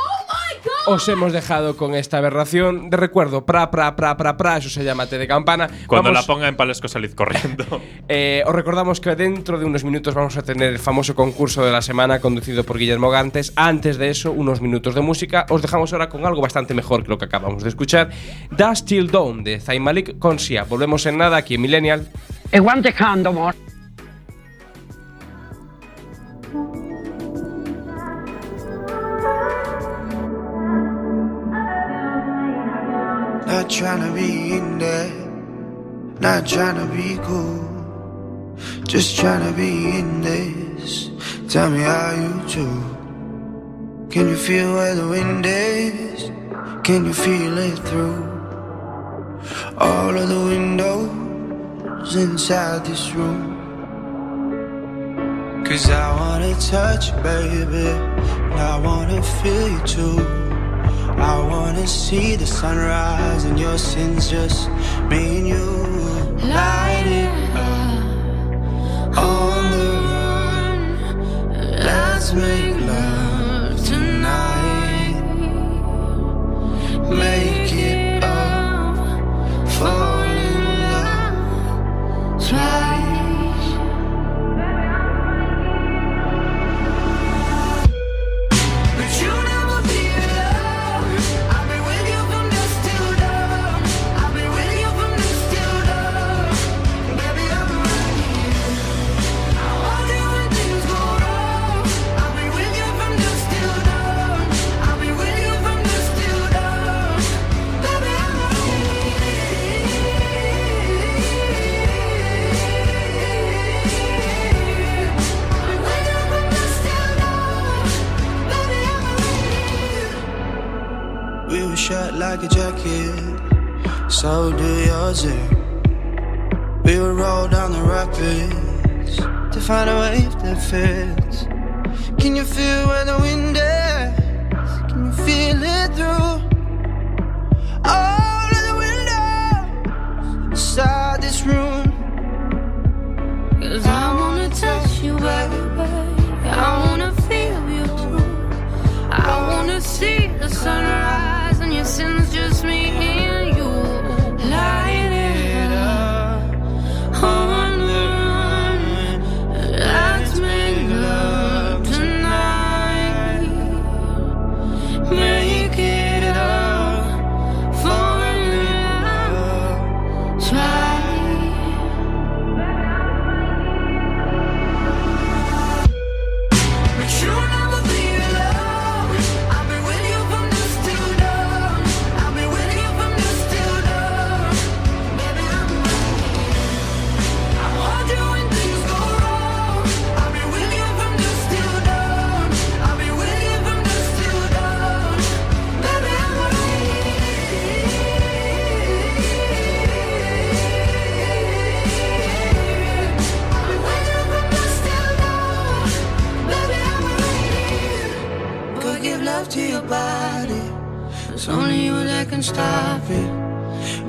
Os hemos dejado con esta aberración. De recuerdo, pra, pra, pra, pra, pra, eso se llama té de campana. Cuando Vamos- la ponga en palesco salid corriendo. Eh, os recordamos que dentro de unos minutos vamos a tener el famoso concurso de la semana conducido por Guillermo Gantes. Antes de eso, unos minutos de música. Os dejamos ahora con algo bastante mejor que lo que acabamos de escuchar. Dust Till Dawn de Zayn Malik con Sia. Volvemos en nada aquí en Millennial. E quante cando, amor? Not tryna be in there, not tryna be cool. Just tryna be in this. Tell me how you do. Can you feel where the wind is? Can you feel it through all of the windows inside this room? Cause I wanna touch you, baby, and I wanna feel you too. I wanna see the sunrise and your sins just me and you. Light it up on the run. Let's make love tonight. Make it up. Fall in love twice. But you'll never be alone. I'll be with you from dusk till dawn. I'll be with you from dusk till dawn. Baby, I'm right here. I want you when things go wrong. I'll be with you from dusk till dawn. I'll be with you from dusk till dawn. Baby, I'm We were shut like a jacket, so do yours. eh? We would roll down the rapids to find a wave that fits. Can you feel where the wind is? Can you feel it through all of the windows inside this room? Cause I wanna touch you, baby. I wanna feel you too. I wanna see the sunrise and your sins just me and you. Light it up on the run. Let's make love tonight. Make it up for love. Try. But you'll never be alone. I'll be with you from dusk till dawn. I'll be with you from dusk till dawn. Baby, I'm right here. I'll hold you when things go wrong. I'll be with you from dusk till dawn. I'll be with you from dusk till dawn. Baby, I'm right here. I'll be with you from dusk till dawn. Baby, I'm right here. Could give love to your body. It's only you that can stop it.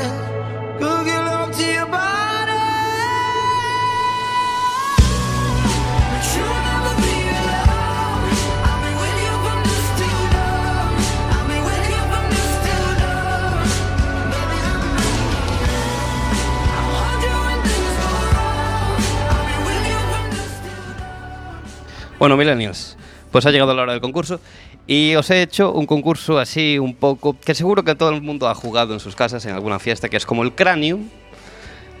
Go give love to your body. But you'll never be alone. I'll be with you from dusk till dawn. I'll be with you from dusk till dawn. Baby, I'm right here. I'll hold you when things go wrong. I'll be with you from dusk till Bueno, millennials, pues ha llegado la hora del concurso y os he hecho un concurso así un poco que seguro que todo el mundo ha jugado en sus casas en alguna fiesta, que es como el cranium,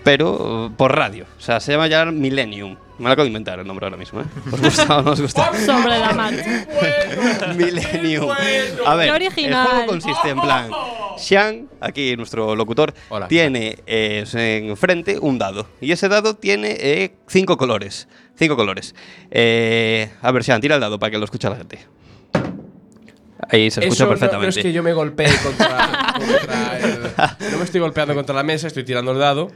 pero eh, por radio. O sea, se llama ya Millennium. Me lo acabo de inventar el nombre ahora mismo, ¿eh? ¿Os gusta o no os <laughs> gusta? Sobre la marcha. Millennium. A ver, Qué el original. juego consiste en plan, Xiang, aquí nuestro locutor, tiene eh, enfrente un dado y ese dado tiene eh, cinco colores, cinco colores. Eh, a ver, Xiang, tira el dado para que lo escuche la gente. Ahí se escucha Eso no- perfectamente. No, es que yo me golpeé contra, <laughs> contra el- No me estoy golpeando contra la mesa, estoy tirando el dado.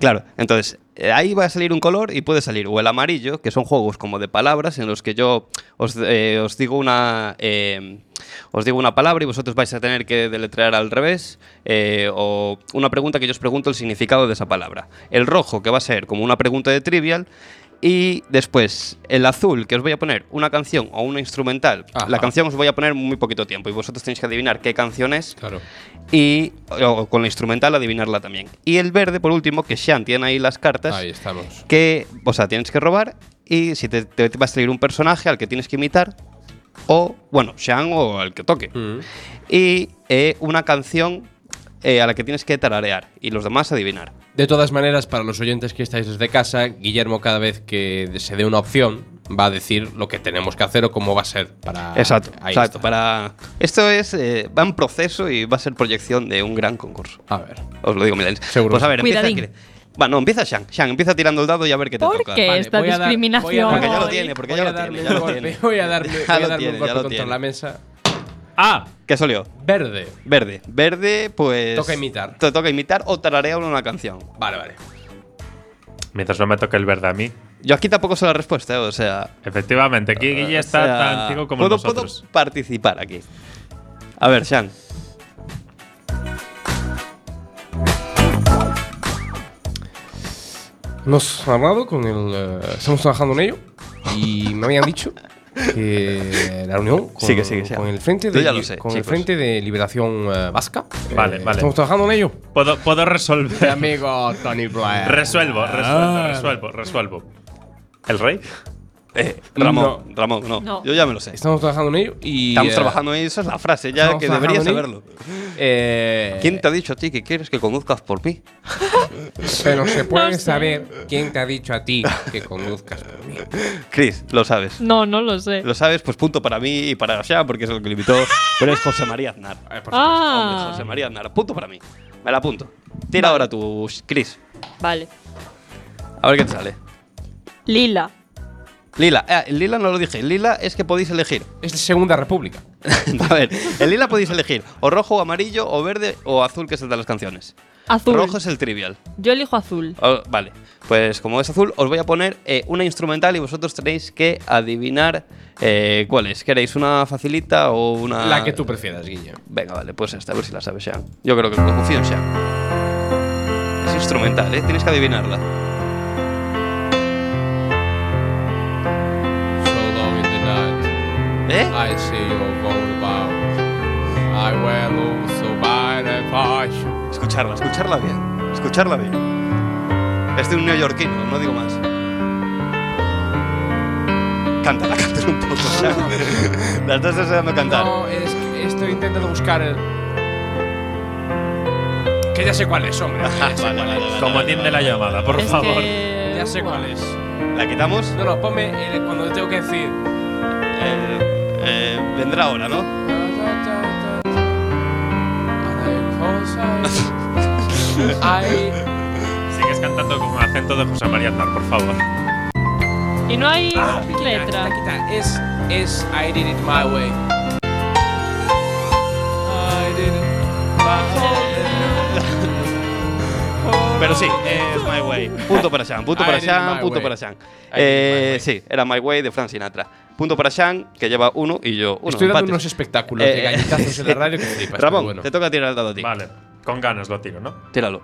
Claro, entonces eh, ahí va a salir un color y puede salir o el amarillo, que son juegos como de palabras en los que yo os, eh, os digo una eh, os digo una palabra y vosotros vais a tener que deletrear al revés eh, o una pregunta que yo os pregunto el significado de esa palabra. El rojo que va a ser como una pregunta de trivial y después el azul que os voy a poner una canción o una instrumental. La canción os voy a poner muy poquito tiempo y vosotros tenéis que adivinar qué canción es. Claro. Y o con la instrumental adivinarla también. Y el verde, por último, que Sean tiene ahí las cartas. Ahí estamos. Que, o sea, tienes que robar y si te, te va a salir un personaje al que tienes que imitar. O, bueno, Sean o al que toque. Mm. Y eh, una canción eh, a la que tienes que tararear y los demás adivinar. De todas maneras, para los oyentes que estáis desde casa, Guillermo cada vez que se dé una opción va a decir lo que tenemos que hacer o cómo va a ser para exacto. Ahí exacto para... Esto es, eh, va en proceso y va a ser proyección de un gran concurso. A ver. Os lo digo, Milens. Seguro. Pues a ver, empieza, Cuidadín. que- Va, no, empieza Sean. Sean, empieza tirando el dado y a ver qué te ¿Por toca. qué esta voy a dar- voy a discriminación? dar- Porque ya lo Ay, tiene, porque voy ya a lo darme tiene, un ya lo golpe, tiene. voy a darme- <laughs> Ya voy a lo darme un tiene, ya golpe lo contra tiene. la mesa. Ah, ¿qué salió? Verde. Verde. Verde, pues. Toca imitar. Te toca imitar o tararea una canción. Vale, vale. Mientras no me toque el verde a mí. Yo aquí tampoco sé la respuesta, eh, o sea. Efectivamente, aquí Guille o está sea, tan ciego como puedo, nosotros. Puedo participar aquí. A ver, Sean. Hemos hablado con el. eh, estamos trabajando en ello y me habían dicho <laughs> que la reunión con, Sigue, sigue, sigue. con el Frente Yo de, ya lo Li- sé, con el chicos. frente de Liberación eh, Vasca. Vale, Eh, vale. Estamos trabajando en <laughs> ello. Puedo, puedo resolver. amigo Tony Blair. Resuelvo, resuelvo, Ah. resuelvo, resuelvo. ¿El rey? Eh, Ramón, Ramón, no. No. Yo ya me lo sé. Estamos trabajando en ello y. Estamos eh, trabajando en eso, es la frase ya estamos que deberías trabajando saberlo. Eh, ¿Quién te ha dicho a ti que quieres que conduzcas por mí? Pero se puede No sé. saber quién te ha dicho a ti que conduzcas por mí. Chris, lo sabes. No, no lo <laughs> sé. Lo sabes, pues punto para mí y para Sean, porque es lo que limitó. Pero es José María Aznar. Ah. Hombre, José María Aznar. Punto para mí. Me la apunto. Tira ahora tu Chris. Vale. A ver qué te sale. Lila. Lila. Ah, el lila no lo dije. El lila es que podéis elegir. <laughs> Es la Segunda República. A ver, el lila podéis elegir. O rojo, o amarillo, o verde, o azul, que es el de las canciones. Azul. Rojo es el trivial. Yo elijo azul. Oh, vale. Pues como es azul, os voy a poner eh, una instrumental y vosotros tenéis que adivinar eh, cuál es. ¿Queréis una facilita o una...? La que tú prefieras, Guille. Venga, vale, pues esta, a ver si la sabes, Sean. Yo creo que confío en Sean. Es instrumental, ¿eh? Tienes que adivinarla. So low in the night. Eh? I see your bow. I will also buy the fish. Escucharla, escucharla bien. Escucharla bien. Es de un neoyorquino, no digo más. Cántala, <laughs> cántala un poco, Sean. la estás deseando cantar. No, es que estoy intentando buscar el. Que ya sé cuál es, <laughs> hombre. Ya sé cuál es. Como atiende la llamada, por favor. Ya sé cuál es. ¿La quitamos? No, no, ponme el- cuando te tengo que decir. Eh, eh, vendrá ahora, ¿no? Sigues cantando con acento de José María Aznar, por favor. Y no hay Letra. letra. Es, es I did it my way. I did it my way. Pero sí, es My Way. Punto para Sean, punto para I did it Sean, my punto way. para Sean. Eh, sí, era My Way de Frank Sinatra. Punto para Sean, que lleva uno y yo uno. Estoy dando empates. Eh, unos espectáculos de galletazos <laughs> en la radio que flipas, Ramón, pero este bueno. te toca tirar el dado a ti. Vale, con ganas lo tiro, ¿no? Tíralo.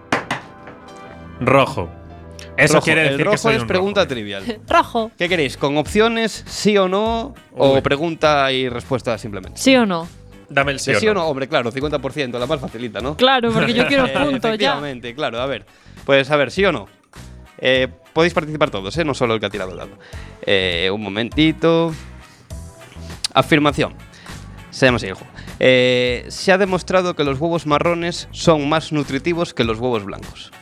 Rojo. Eso Rojo. quiere decir el rojo que soy es un ¿eh? pregunta trivial. Rojo. ¿Qué queréis? ¿Con opciones, sí o no? ¿O Uy. pregunta y respuesta simplemente? ¿Sí o no? Dame el sí, De sí o no. no, hombre, claro, 50%, la más facilita, ¿no? Claro, porque yo <laughs> quiero Eh, punto ya. Efectivamente, claro, a ver. Pues a ver, sí o no. Eh, podéis participar todos, ¿eh? no solo el que ha tirado el dado. Eh, un momentito. Afirmación. Se llama así el juego. Eh, se ha demostrado que los huevos marrones son más nutritivos que los huevos blancos.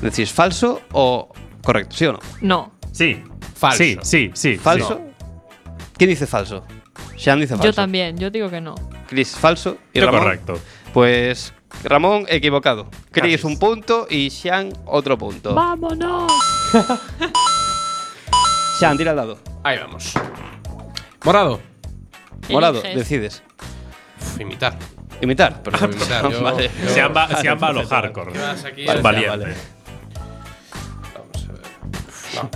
Decís falso o correcto, ¿sí o no? No. Sí. Falso. Sí, sí, sí. ¿Falso? ¿Quién dice falso? Sean dice falso. Yo también, yo digo que no. Chris, falso. Y Yo Ramón, correcto. Pues Ramón, equivocado. Chris, un punto y Sean, otro punto. ¡Vámonos! Sean, tira al dado. Ahí vamos. Morado. Morado, Eliges. decides. <laughs> Uf, imitar. <laughs> Imitar. pero- imitar, yo- vale. yo- Sean <laughs> va- Sean va a lo perfecto. hardcore. ¿Qué vas aquí? Vale, Sean, vale. vale. No.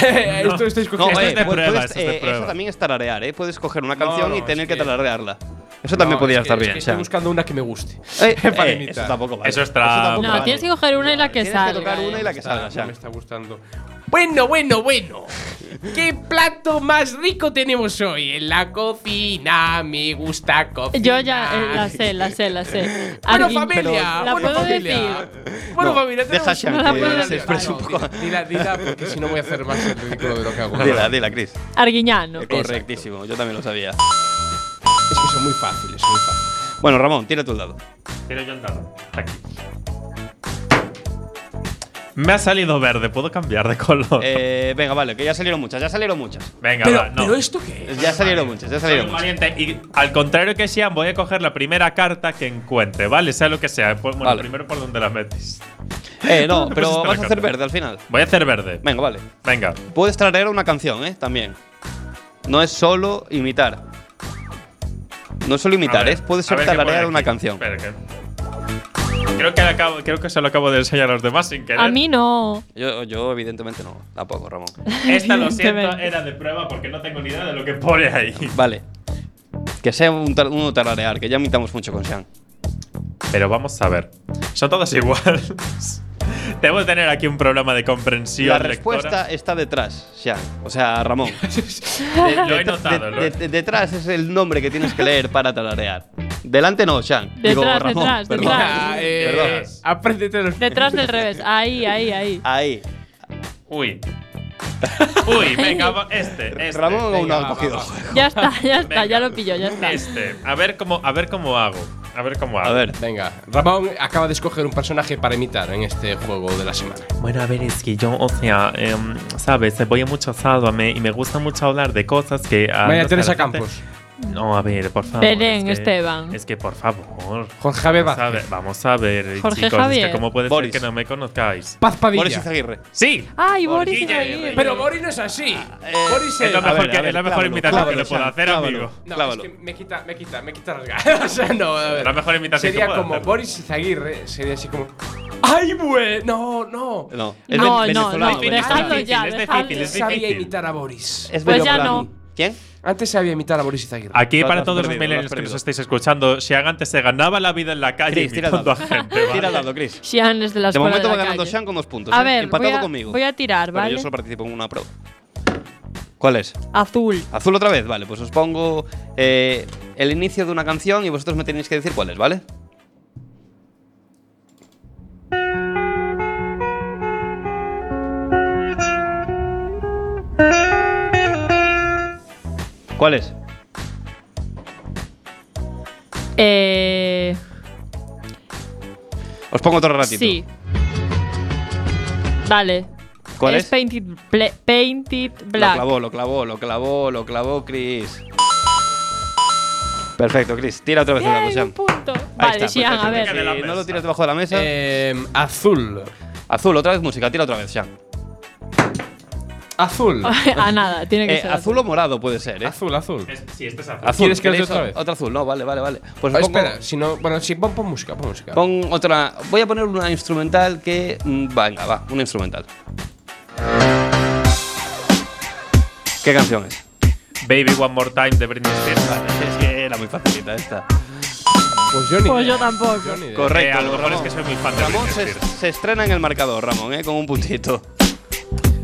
Esto estáis No, cogiendo. eh, puedes- puedes, eh, Eso también es tararear, ¿eh? Puedes coger una canción no, y es tener que, que- tararearla. Eso también podría estar bien, Estoy Sean. buscando una que me guste. <laughs> Eh, Para eh, imitar. eso tampoco vale. Eso es trampa. No, tienes que coger una y la que salga. eh. No está- no me está gustando. Bueno, <laughs> bueno, bueno. ¿Qué plato más rico tenemos hoy en la cocina? Me gusta cocinar. Yo ya eh, la sé, la sé, la sé. Bueno, Alguien- familia, ¿La bueno, puedo familia. decir? Bueno, No, familia, tenemos deja Sean No la que puedo se decir. exprese un Ah, no, poco. di- Dila, dila, porque si no voy a hacer más el ridículo de lo que hago. Dila, dila, Chris. Arguiñano. Correctísimo, yo también lo sabía. Es que son muy fáciles, son muy fáciles. Bueno, Ramón, tira tú el dado. Tiro yo el dado. Aquí. Me ha salido verde, puedo cambiar de color. Eh, venga, vale, que ya salieron muchas, ya salieron muchas. Venga, Pero- va, no. pero ¿esto Eh, qué es? Ya salieron muchas, ya salieron Soy un valiente Y al contrario que Sean, voy a coger la primera carta que encuentre, ¿vale? Sea lo que sea. Pues, Bueno, Vale. primero por donde la metes. Eh, <laughs> no, ¿Dónde pero pusiste vas la a hacer carta? verde al final. Voy a hacer verde. Venga, vale. Venga. Puedes traer una canción, ¿eh? También. No es solo imitar. No es solo imitar, ver, ¿eh? Puedes a ver qué pone tararear aquí. una canción. Espera, que- Creo que, la acabo- creo que se lo acabo de enseñar a los demás sin querer. A mí no. Yo, yo, evidentemente, no. Tampoco, Ramón. <laughs> Esta lo siento, Evidentemente. era de prueba porque no tengo ni idea de lo que pone ahí. Vale. Que sea un, tar- uno tararear, que ya imitamos mucho con Sean. Pero vamos a ver. Son todas iguales. <laughs> Debo de tener aquí un problema de comprensión. La lectora. respuesta está detrás, Sean. O sea, <laughs> Ramón. Eh, lo he notado. lo he- De- de- detrás es el nombre que tienes que leer para tararear. Delante no, Sean. Digo, Detrás, Ramón. detrás, perdón. eh, detrás. Perdón. eh, Apréndete los. Detrás del revés. Ahí, ahí, ahí. Ahí. Uy. <laughs> Uy, venga, va- este, este. Ramón aún no Venga, ha cogido. va, va, va. Ya está, ya está, ya lo pillo, ya está. Este. A ver cómo, a ver cómo hago. A ver cómo hago. A ver. Venga, Ramón acaba de escoger un personaje para imitar en este juego de la semana. Bueno, a ver, es que yo, o sea, em, sabes, voy mucho a Sálvame y me gusta mucho hablar de cosas que. a- Vaya no sé, Teresa Ah, la gente- Campos. No, a ver, por favor. Belén es que- Esteban. Es que, por favor. Jorge Javier Vamos a Vázquez. ver, vamos a ver, Jorge chicos. Es Javier. que, ¿cómo puede Boris. ser que no me conozcáis? Paz Padilla. Boris Izaguirre. ¡Sí! Ay, Boris Borguilla y Izaguirre. Pero Boris no es así. Boris Ah, eh, Es es. la A mejor, ver, que- a ver, es la mejor clávalo, imitación clávalo, que le puedo Sean, hacer, clávalo. amigo. No, Clávalo. es que me quita, me quita, me quita las ganas. <laughs> o sea, no, a ver. La mejor imitación que Sería puedo como hacer. Boris Izaguirre, sería así como. ¡Ay, güey! No, no. No, es ve- No, no, venezolano, no. venezolano. Dejadlo ya, es dejadlo. difícil, es Sabía difícil. imitar a Boris. Es Pues ya venezolano. no. ¿Quién? Antes sabía imitar a Boris Izaguirre. Aquí, Lo para has todos los perdido, lo has millennials que nos perdido. estáis escuchando, si antes se ganaba la vida en la calle Chris, tira el imitando dado. a <laughs> gente. ¿vale? Tira el dado, Chris. Sean es de la De escuela momento de va la ganando calle. Sean con dos puntos. A ¿eh? ver, Empatado voy a, conmigo. voy a tirar, Pero ¿vale? yo solo participo en una prueba. ¿Cuál es? Azul. ¿Azul otra vez? Vale, pues os pongo eh, el inicio de una canción y vosotros me tenéis que decir cuál es, ¿vale? ¿Cuál es? Eh, Os pongo otro ratito. sí. Dale. ¿Cuál es? es? Painted, Bla- Painted Lo Black. clavó, lo clavó, lo clavó, lo clavó, Chris. Perfecto, Chris. Tira otra vez el dado, Bien, Sean. un punto. Ahí Vale, está, Sean, perfecto. a ver. Venga, de la Si no lo mesa. tiras debajo de la mesa. Eh, azul. Azul, otra vez música, tira otra vez, Sean. Azul. <laughs> a nada, tiene que Eh, ser. azul o morado puede ser, ¿eh? Azul, azul. Es- Sí, este es azul. Azul, ¿Quieres que lo ¿queréis tire otra o- vez? Otra azul, no, vale, vale, vale. Pues Oh, pongo- espera, si no. Bueno, si pon, pon música, pon música. pon otra. Voy a poner una instrumental que. mm, Venga, va, una instrumental. ¿Qué canción es? Baby One More Time de Britney Spears. Es que era muy facilita ¿eh? esta. Pues yo ni Pues idea. yo tampoco. Yo ni idea. Eh, Correcto. a lo mejor Ramón. es que soy muy fan de Ramón Britney se, Spears. se estrena en el marcador, Ramón, ¿eh? Con un puntito.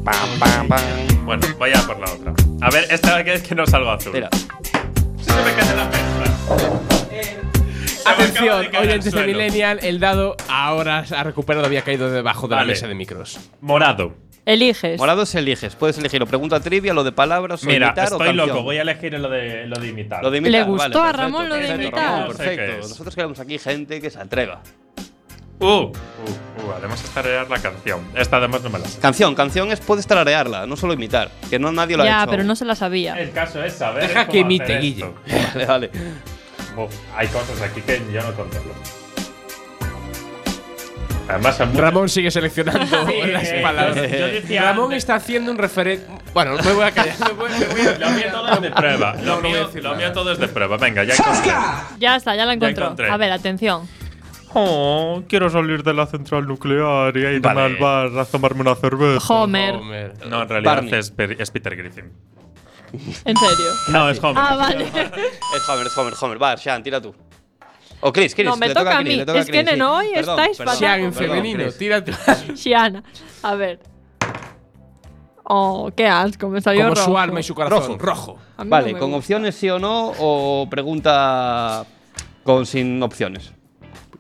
Pam, pam, pam. Bueno, vaya por la otra. A ver, esta vez que no salgo azul. Mira. Se me cae la mesa. Se me acaba de Atención, caer al oyentes de suelo. Millennial, el dado ahora ha recuperado, había caído debajo de Vale. la mesa de micros. Morado. Eliges. Morado se eliges. Puedes elegir o pregunta trivia, lo de palabras, o Mira, imitar o estoy canción. loco. Voy a elegir lo de, lo de imitar. Lo de imitar, Le gustó vale, a Ramón lo de perfecto, imitar. Ramón, No sé qué perfecto. es. Nosotros queremos aquí gente que se atreva. Uh, uh, uh, además es tararear la canción. Esta además no me la sé. Canción, canción es puedes tararearla, no solo imitar, que no nadie lo ha Ya, hecho. pero <laughs> aún. no se la sabía. El caso es saber. Deja cómo que imite, hacer Guille. esto. Vale, vale. Uf, hay cosas aquí que yo no controlo. Además, a muchas- Ramón sigue seleccionando Sí, las eh, palabras. yo decía Ramón está haciendo un referente. Bueno, me voy a callar. me voy- me voy a- Lo mío todo es de prueba. <laughs> No, Lo no voy a mío, decir lo nada. mío todo es de prueba. Venga, ya encontré. Ya está, ya la encontró. encontré. A ver, atención. Oh, quiero salir de la central nuclear y irme al bar a tomarme una cerveza. Homer. No, en realidad Barney. es, Pe- es Peter Griffin. En serio. No, es Homer. Ah, <laughs> vale. Es Homer, es Homer, Homer. Va, Sean, tira tú. O Chris, Chris. No, me le toca a Chris, mí. le toca Es a que Chris, en sí. hoy Perdón, estáis perdón, Sean en perdón, femenino, Chris. tírate. Shiana. A ver. Oh, qué asco, me salió Como su rojo. alma y su Rojo. corazón. Rojo. A mí no Vale, me ¿con gusta. opciones sí o no o pregunta con sin opciones?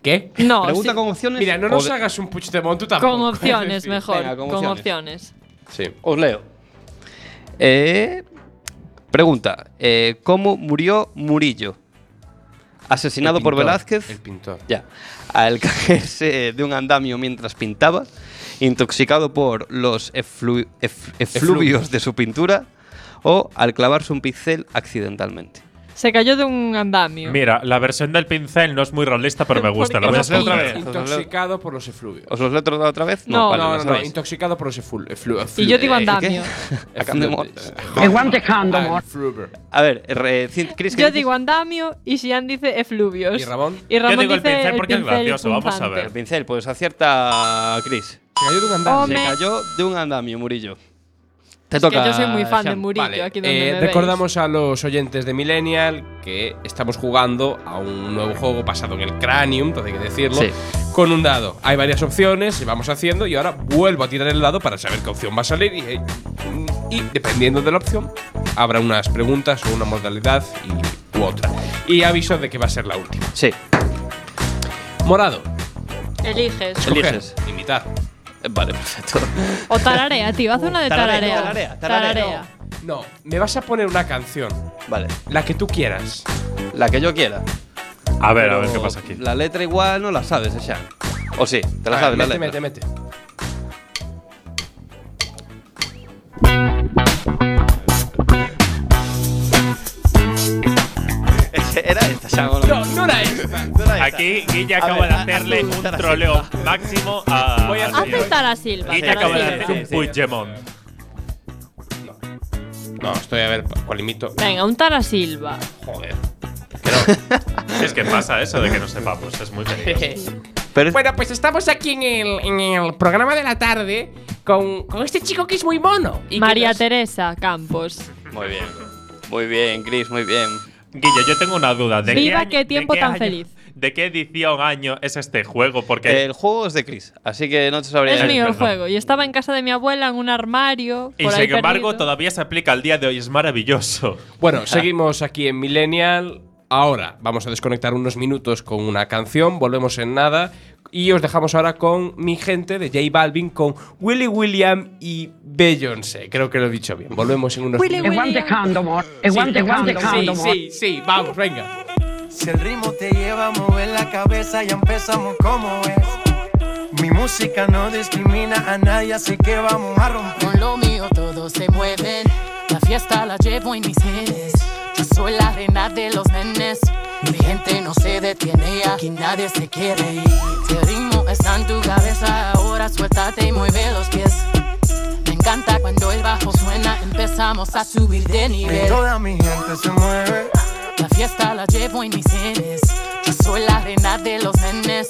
¿Qué? No, pregunta sí. con opciones. Mira, no o nos de- hagas un puigdemont, tú tampoco. Con <laughs> Es <laughs> opciones, decir, mejor. venga, con con, opciones. Sí. Os leo. Eh, pregunta: eh, ¿Cómo murió Murillo? Asesinado El por pintor, Velázquez. El pintor. Ya. Al caerse de un andamio mientras pintaba, intoxicado por los eflu- ef- efluvios de su pintura o al clavarse un pincel accidentalmente. Se cayó de un andamio. Mira, la versión del pincel no es muy realista, pero me gusta. La voy a Os lo leo otra escuchar. vez. Intoxicado por los efluvios. ¿Os los leo otra- otra vez? No. vale, No, lo no, no, sabéis. intoxicado por los eflu- eflu- efluvios. y yo digo eh, ¿qué? <laughs> andamio. Acaban de mo- Ah, Efluver. A ver, eh, re- cin- Chris, ¿qué Yo dices? digo andamio y Sian dice efluvios. ¿Y Ramón? Y Ramón Yo digo el dice pincel porque es pincel gracioso, vamos a punzante. ver. El pincel, pues acierta Chris. Se cayó de un andamio. Se Me- cayó de un andamio, Murillo. Te Es que toca. yo soy muy fan de Sean. Murillo, Vale, aquí donde eh, me veis. recordamos a los oyentes de Millennial que estamos jugando a un nuevo juego pasado en el Cranium, todo hay que decirlo, Sí. con un dado. Hay varias opciones y vamos haciendo y ahora vuelvo a tirar el dado para saber qué opción va a salir y, eh, y dependiendo de la opción habrá unas preguntas o una modalidad y, u otra. Y aviso de que va a ser la última. Sí, Eh, Morado, Eliges. escoger, Eliges. imitar. Eh, vale, perfecto. O tararea, tío. Haz una de tararea. tararea, tararea. No, me vas a poner una canción, Vale, la que tú quieras. la que yo quiera. A ver, a Pero ver qué pasa aquí. La letra igual no la sabes, eh, Sean. O sí, te la A sabes, ver, la mete, letra. mete, mete. <laughs> Era esta, Sean. o No, no era esta. no era esta. Aquí Guille A acaba ver, de a- hacerle hazlo un Tara troleo máximo a. Voy a a- hacer- Aceptar a Silva. Guille Tara acaba de Silva. hacer un Puigdemont. No, estoy a ver cuál imito. Venga, un Tara Silva. Joder. Es que pasa eso de que no sepamos, es muy peligroso. Pero es- Bueno, pues estamos aquí en el, en el programa de la tarde con, con este chico que es muy mono. Y que María nos- Teresa Campos. Muy bien. Muy bien, Chris, muy bien. Guille, yo tengo una duda. ¿De Viva, qué, año- qué tiempo de tan año- feliz. ¿De qué edición año es este juego? Porque. El juego es de Chris, así que no te sabría Es decir. mío el perdón. juego. Y estaba en casa de mi abuela en un armario. y por ahí sin embargo, perdido. todavía se aplica al día de hoy, <laughs> es maravilloso. <laughs> Bueno, seguimos aquí en Millennial. Ahora vamos a desconectar unos minutos con una canción, volvemos en nada. Y os dejamos ahora con mi gente de J Balvin, con Willy William y Beyoncé. Creo que lo he dicho bien. Volvemos en unos Willy minutos. William. Sí, sí, sí, sí, vamos, venga. Si el ritmo te lleva a mover la cabeza, ya empezamos como es. Mi música no discrimina a nadie, así que vamos a romper. Con lo mío todos se mueven. La fiesta la llevo en mis genes. Yo soy la reina de los nenes. Mi gente no se detiene, aquí nadie se quiere ir. Si el ritmo está en tu cabeza, ahora suéltate y mueve los pies. Me encanta cuando el bajo suena, empezamos a subir de Y nivel. toda mi gente se mueve. La fiesta la llevo en mis genes. Yo soy la reina de los nenes.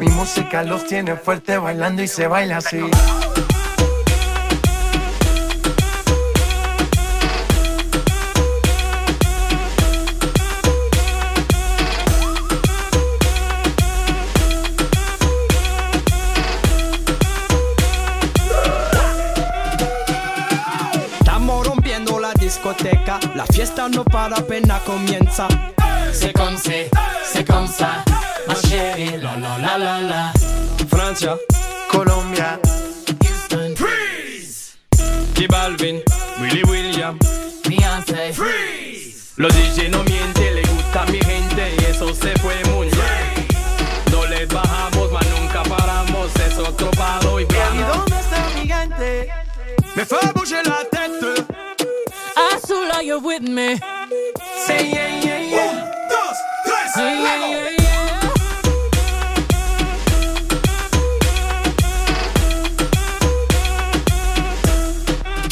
Mi música los tiene fuerte bailando y se baila así. Estamos rompiendo la discoteca, la fiesta no para apenas comienza. C'est comme c'est, c'est comme ça. Ma chérie, la la la la la. Francia, Colombia, Houston, J Balvin, Willy William. Beyoncé, Los DJ no miente, le gusta a mi gente y eso se fue muy bien. No les bajamos, mas nunca bajamos. fait bouger la tête. I so like you're with me. Say yeah, yeah, yeah. Un, dos, tres, Say yeah, vamos. yeah, yeah.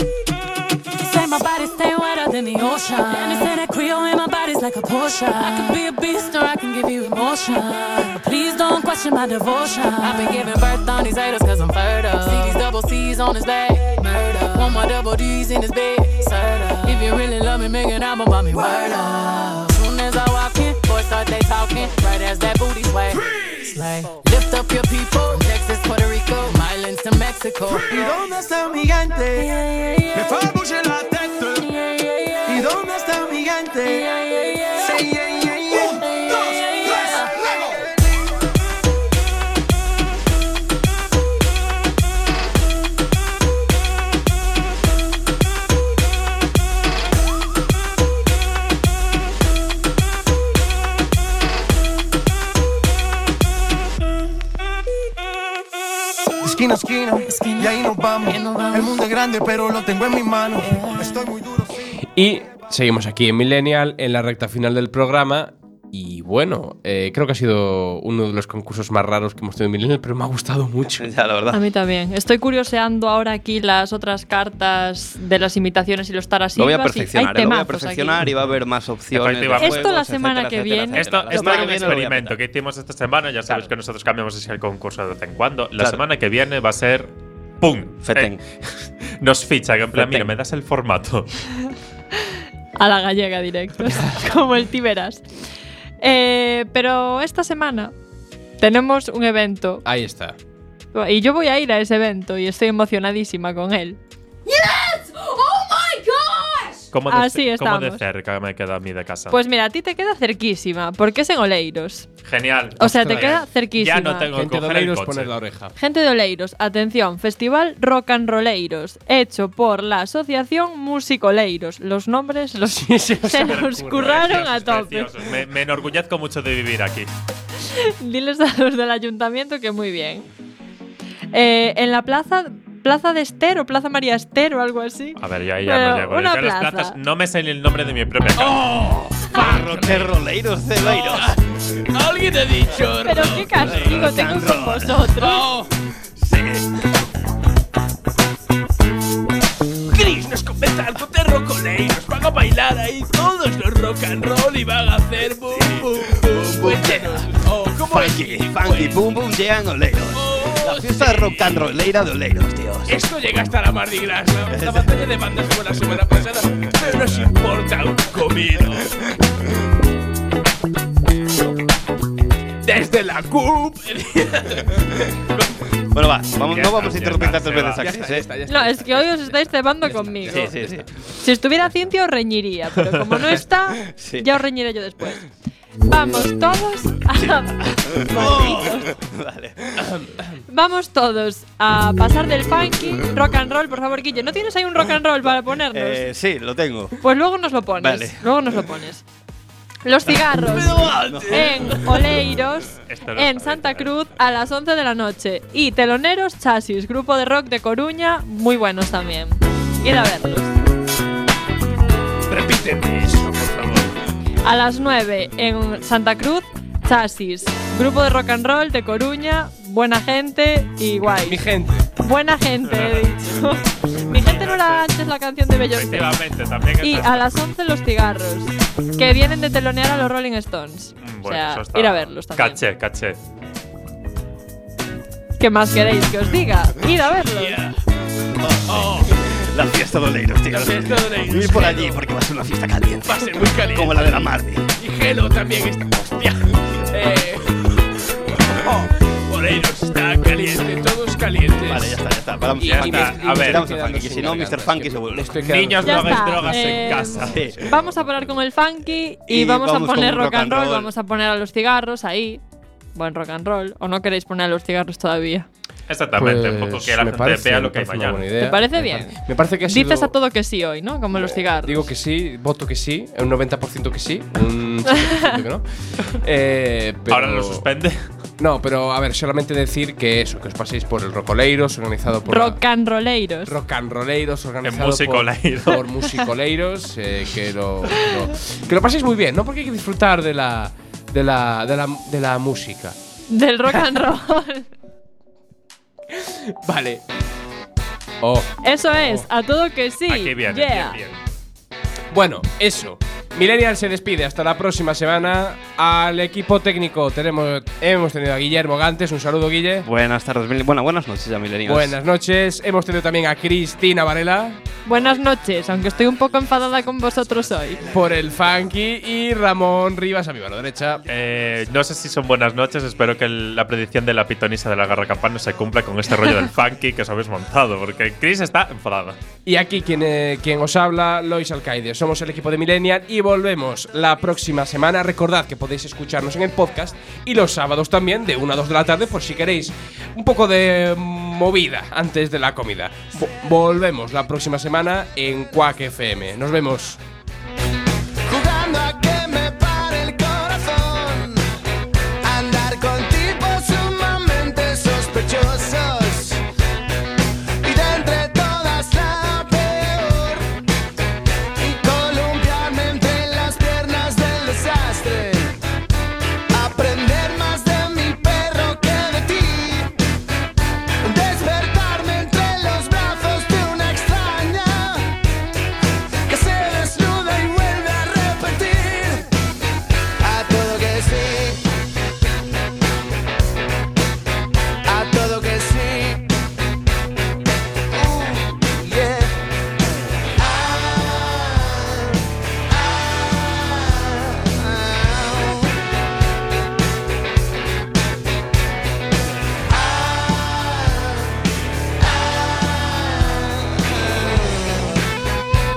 Say my body's stay wetter than the ocean. And they say that Creole in my body's like a potion. I could be a beast or I can give you emotion. Please don't question my devotion. I've been giving birth on these haters cause I'm fertile. See these double C's on his back. Murder. One more double D's in his bed. Serta. If you really love me, make an album about me. Word up. Soon as I walk in, boys start they talking. Right as that booty sway. Slay. Lift up your people. From Texas, Puerto Rico, Milan to Mexico. ¿Y dónde está mi gigante? Me fue a bouger la tête. ¿Y dónde está mi gigante? Say yeah, yeah, yeah. Un, dos, tres, vamos. Esquina, esquina, y ahí nos vamos. El mundo es grande, pero lo tengo en mis manos. Estoy muy duro. Y seguimos aquí en Millennial, en la recta final del programa. Y bueno, eh, creo que ha sido uno de los concursos más raros que hemos tenido en Millennial, pero me ha gustado mucho. <laughs> Ya, la A mí también. Estoy curioseando ahora aquí las otras cartas de las imitaciones y los taras Lo voy a Silvas y perfeccionar, hay eh, lo voy a temazos aquí. perfeccionar y va a haber más opciones. de Efectivamente. juegos, etcétera, que etcétera, viene- etcétera. Esto, esto La era un semana que viene lo voy a experimento que hicimos esta semana. Ya sabes que nosotros cambiamos así el concurso de vez en cuando. La Claro. semana que viene va a ser. ¡Pum! Fetén. Eh, nos fichan. En plan, Fetén. mira, me das el formato. A la gallega directo, <laughs> como el Tiberas. Eh, pero esta semana tenemos un evento Ahí está. y yo voy a ir a ese evento y estoy emocionadísima con él. Yes! Oh my gosh! ¿Cómo de, Así cómo de estamos. cerca me queda a mí de casa? Pues mira, a ti te queda cerquísima, porque es en Oleiros. Genial. O sea, te Ostras. queda cerquísima. Ya no tengo Gente que de coger el Oleiros, coche. poner la oreja. Gente de Oleiros, atención, Festival Rock and Rolleiros, hecho por la Asociación Musicoleiros. Los nombres <laughs> los, se los curraron a tope. Preciosos. Me, me enorgullezco mucho de vivir aquí. <laughs> Diles a los del ayuntamiento que muy bien. Eh, en la plaza, plaza de Estero, Plaza María Estero, algo así. A ver, yo ahí ya no Pero llego. una Yo en las plaza. plazas no me sé ni el nombre de mi propia casa. Roleiros de Leiros. Alguien ha dicho. Pero qué castigo tengo con vosotros. Chris nos comenta algo de rocoleiros. Van a bailar ahí todos los rock and roll y van a hacer boom, boom, boom, boom. Oh, ¿cómo es? Funky, funky, boom, boom, llegan Oleiros. La fiesta rock and rollera de Oleiros, tío. Esto llega hasta la Mardi Gras, ¿no? La batalla de bandas fue la semana pasada, pero nos importa un comino. Desde la CUP. Bueno, va, vamos, no vamos a interrumpir está, tantas se veces va. aquí. ¿eh? No, es que hoy os estáis cebando conmigo. Sí, sí, sí. Si estuviera Cintia os reñiría, pero como <laughs> no está, Sí. ya os reñiré yo después. Vamos todos a... <laughs> <laughs> Vale. Vamos todos a pasar del funky rock and roll, por favor, Guille. ¿No tienes ahí un rock and roll para ponernos? Eh, sí, lo tengo. Pues luego nos lo pones. Vale. Luego nos lo pones. Los cigarros en Oleiros, Esto no en Santa Cruz, a las 11 de la noche. Y Teloneros Chasis, grupo de rock de Coruña, muy buenos también. Id a verlos. Oh, Repíteme eso, por favor. A las 9 en Santa Cruz, Chasis, grupo de rock and roll de Coruña, buena gente y guay. Mi gente. Buena gente, he <laughs> dicho. Mi gente no era antes la canción de Beyoncé. Efectivamente, también Y está- a las 11 los cigarros, que vienen de telonear a los Rolling Stones. o Mm, Bueno, sea, eso está- ir a verlos también. Caché, caché. ¿Qué más queréis que os diga? Id a verlos. La fiesta de Oleiros, tío. La fiesta de Oleiros. Ir por allí porque va a ser una fiesta caliente. Va a ser muy caliente. Como la de la Mardi. Y Gelo también está. <laughs> ¡Hostia! Eh. Oh, Oleiros está caliente, todos calientes. Vale, ya está, ya está. Paramos. Y- Ya y me- y está. me A ver, estoy quedamos en quedando funky, que sin si no, Mr. Funky se vuelve. Niños, Ya no hagáis está, drogas eh, en casa. Vamos a parar con el funky y, Y vamos, vamos a con poner un rock and roll. Vamos a poner a los cigarros ahí. Buen rock and roll. ¿O no queréis poner a los cigarros todavía? Exactamente, un poco Pues, que la me gente parece- vea me lo que hay parece una mañana. buena idea. ¿Te parece me bien? Me parece que ha sido- Eh, Dices a todo que sí hoy, ¿no? Como los cigarros. Digo que sí, voto que sí, <laughs> un 90% que sí, un 50% que no. Eh, pero- Ahora lo suspende. No, pero a ver, solamente decir que eso, que os paséis por el Rocoleiros, organizado por. la- Rock and rolleiros. Rock and rolleiros organizado Musicoleiros. por, por musicoleiros eh, que, lo, que lo- que lo paséis muy bien, ¿no? Porque hay que disfrutar de la, de la, de la, de la música. <laughs> Del rock and <laughs> roll. Vale. Oh. Eso es, a todo que sí. Yeah. Bueno, eso. Millennial se despide hasta la próxima semana. Al equipo técnico tenemos, hemos tenido a Guillermo Gantes. Un saludo, Guille. Buenas tardes, mil- bueno, buenas noches ya, millennials. Buenas noches. Hemos tenido también a Cristina Varela. Buenas noches, aunque estoy un poco enfadada con vosotros hoy. por el funky y Ramón Rivas a mi mano derecha. Eh, no sé si son buenas noches, espero que el- la predicción de la pitonisa de la garra campana se cumpla con este rollo del <laughs> funky que os habéis montado, porque Chris está enfadada. Y aquí quien, eh, quien os habla, Lois Alcaide. Somos el equipo de Millennial y volvemos la próxima semana. Recordad que podéis escucharnos en el podcast y los sábados también de 1 a 2 de la tarde por si queréis un poco de mm, movida antes de la comida. Vo- volvemos la próxima semana en Quack FM. Nos vemos.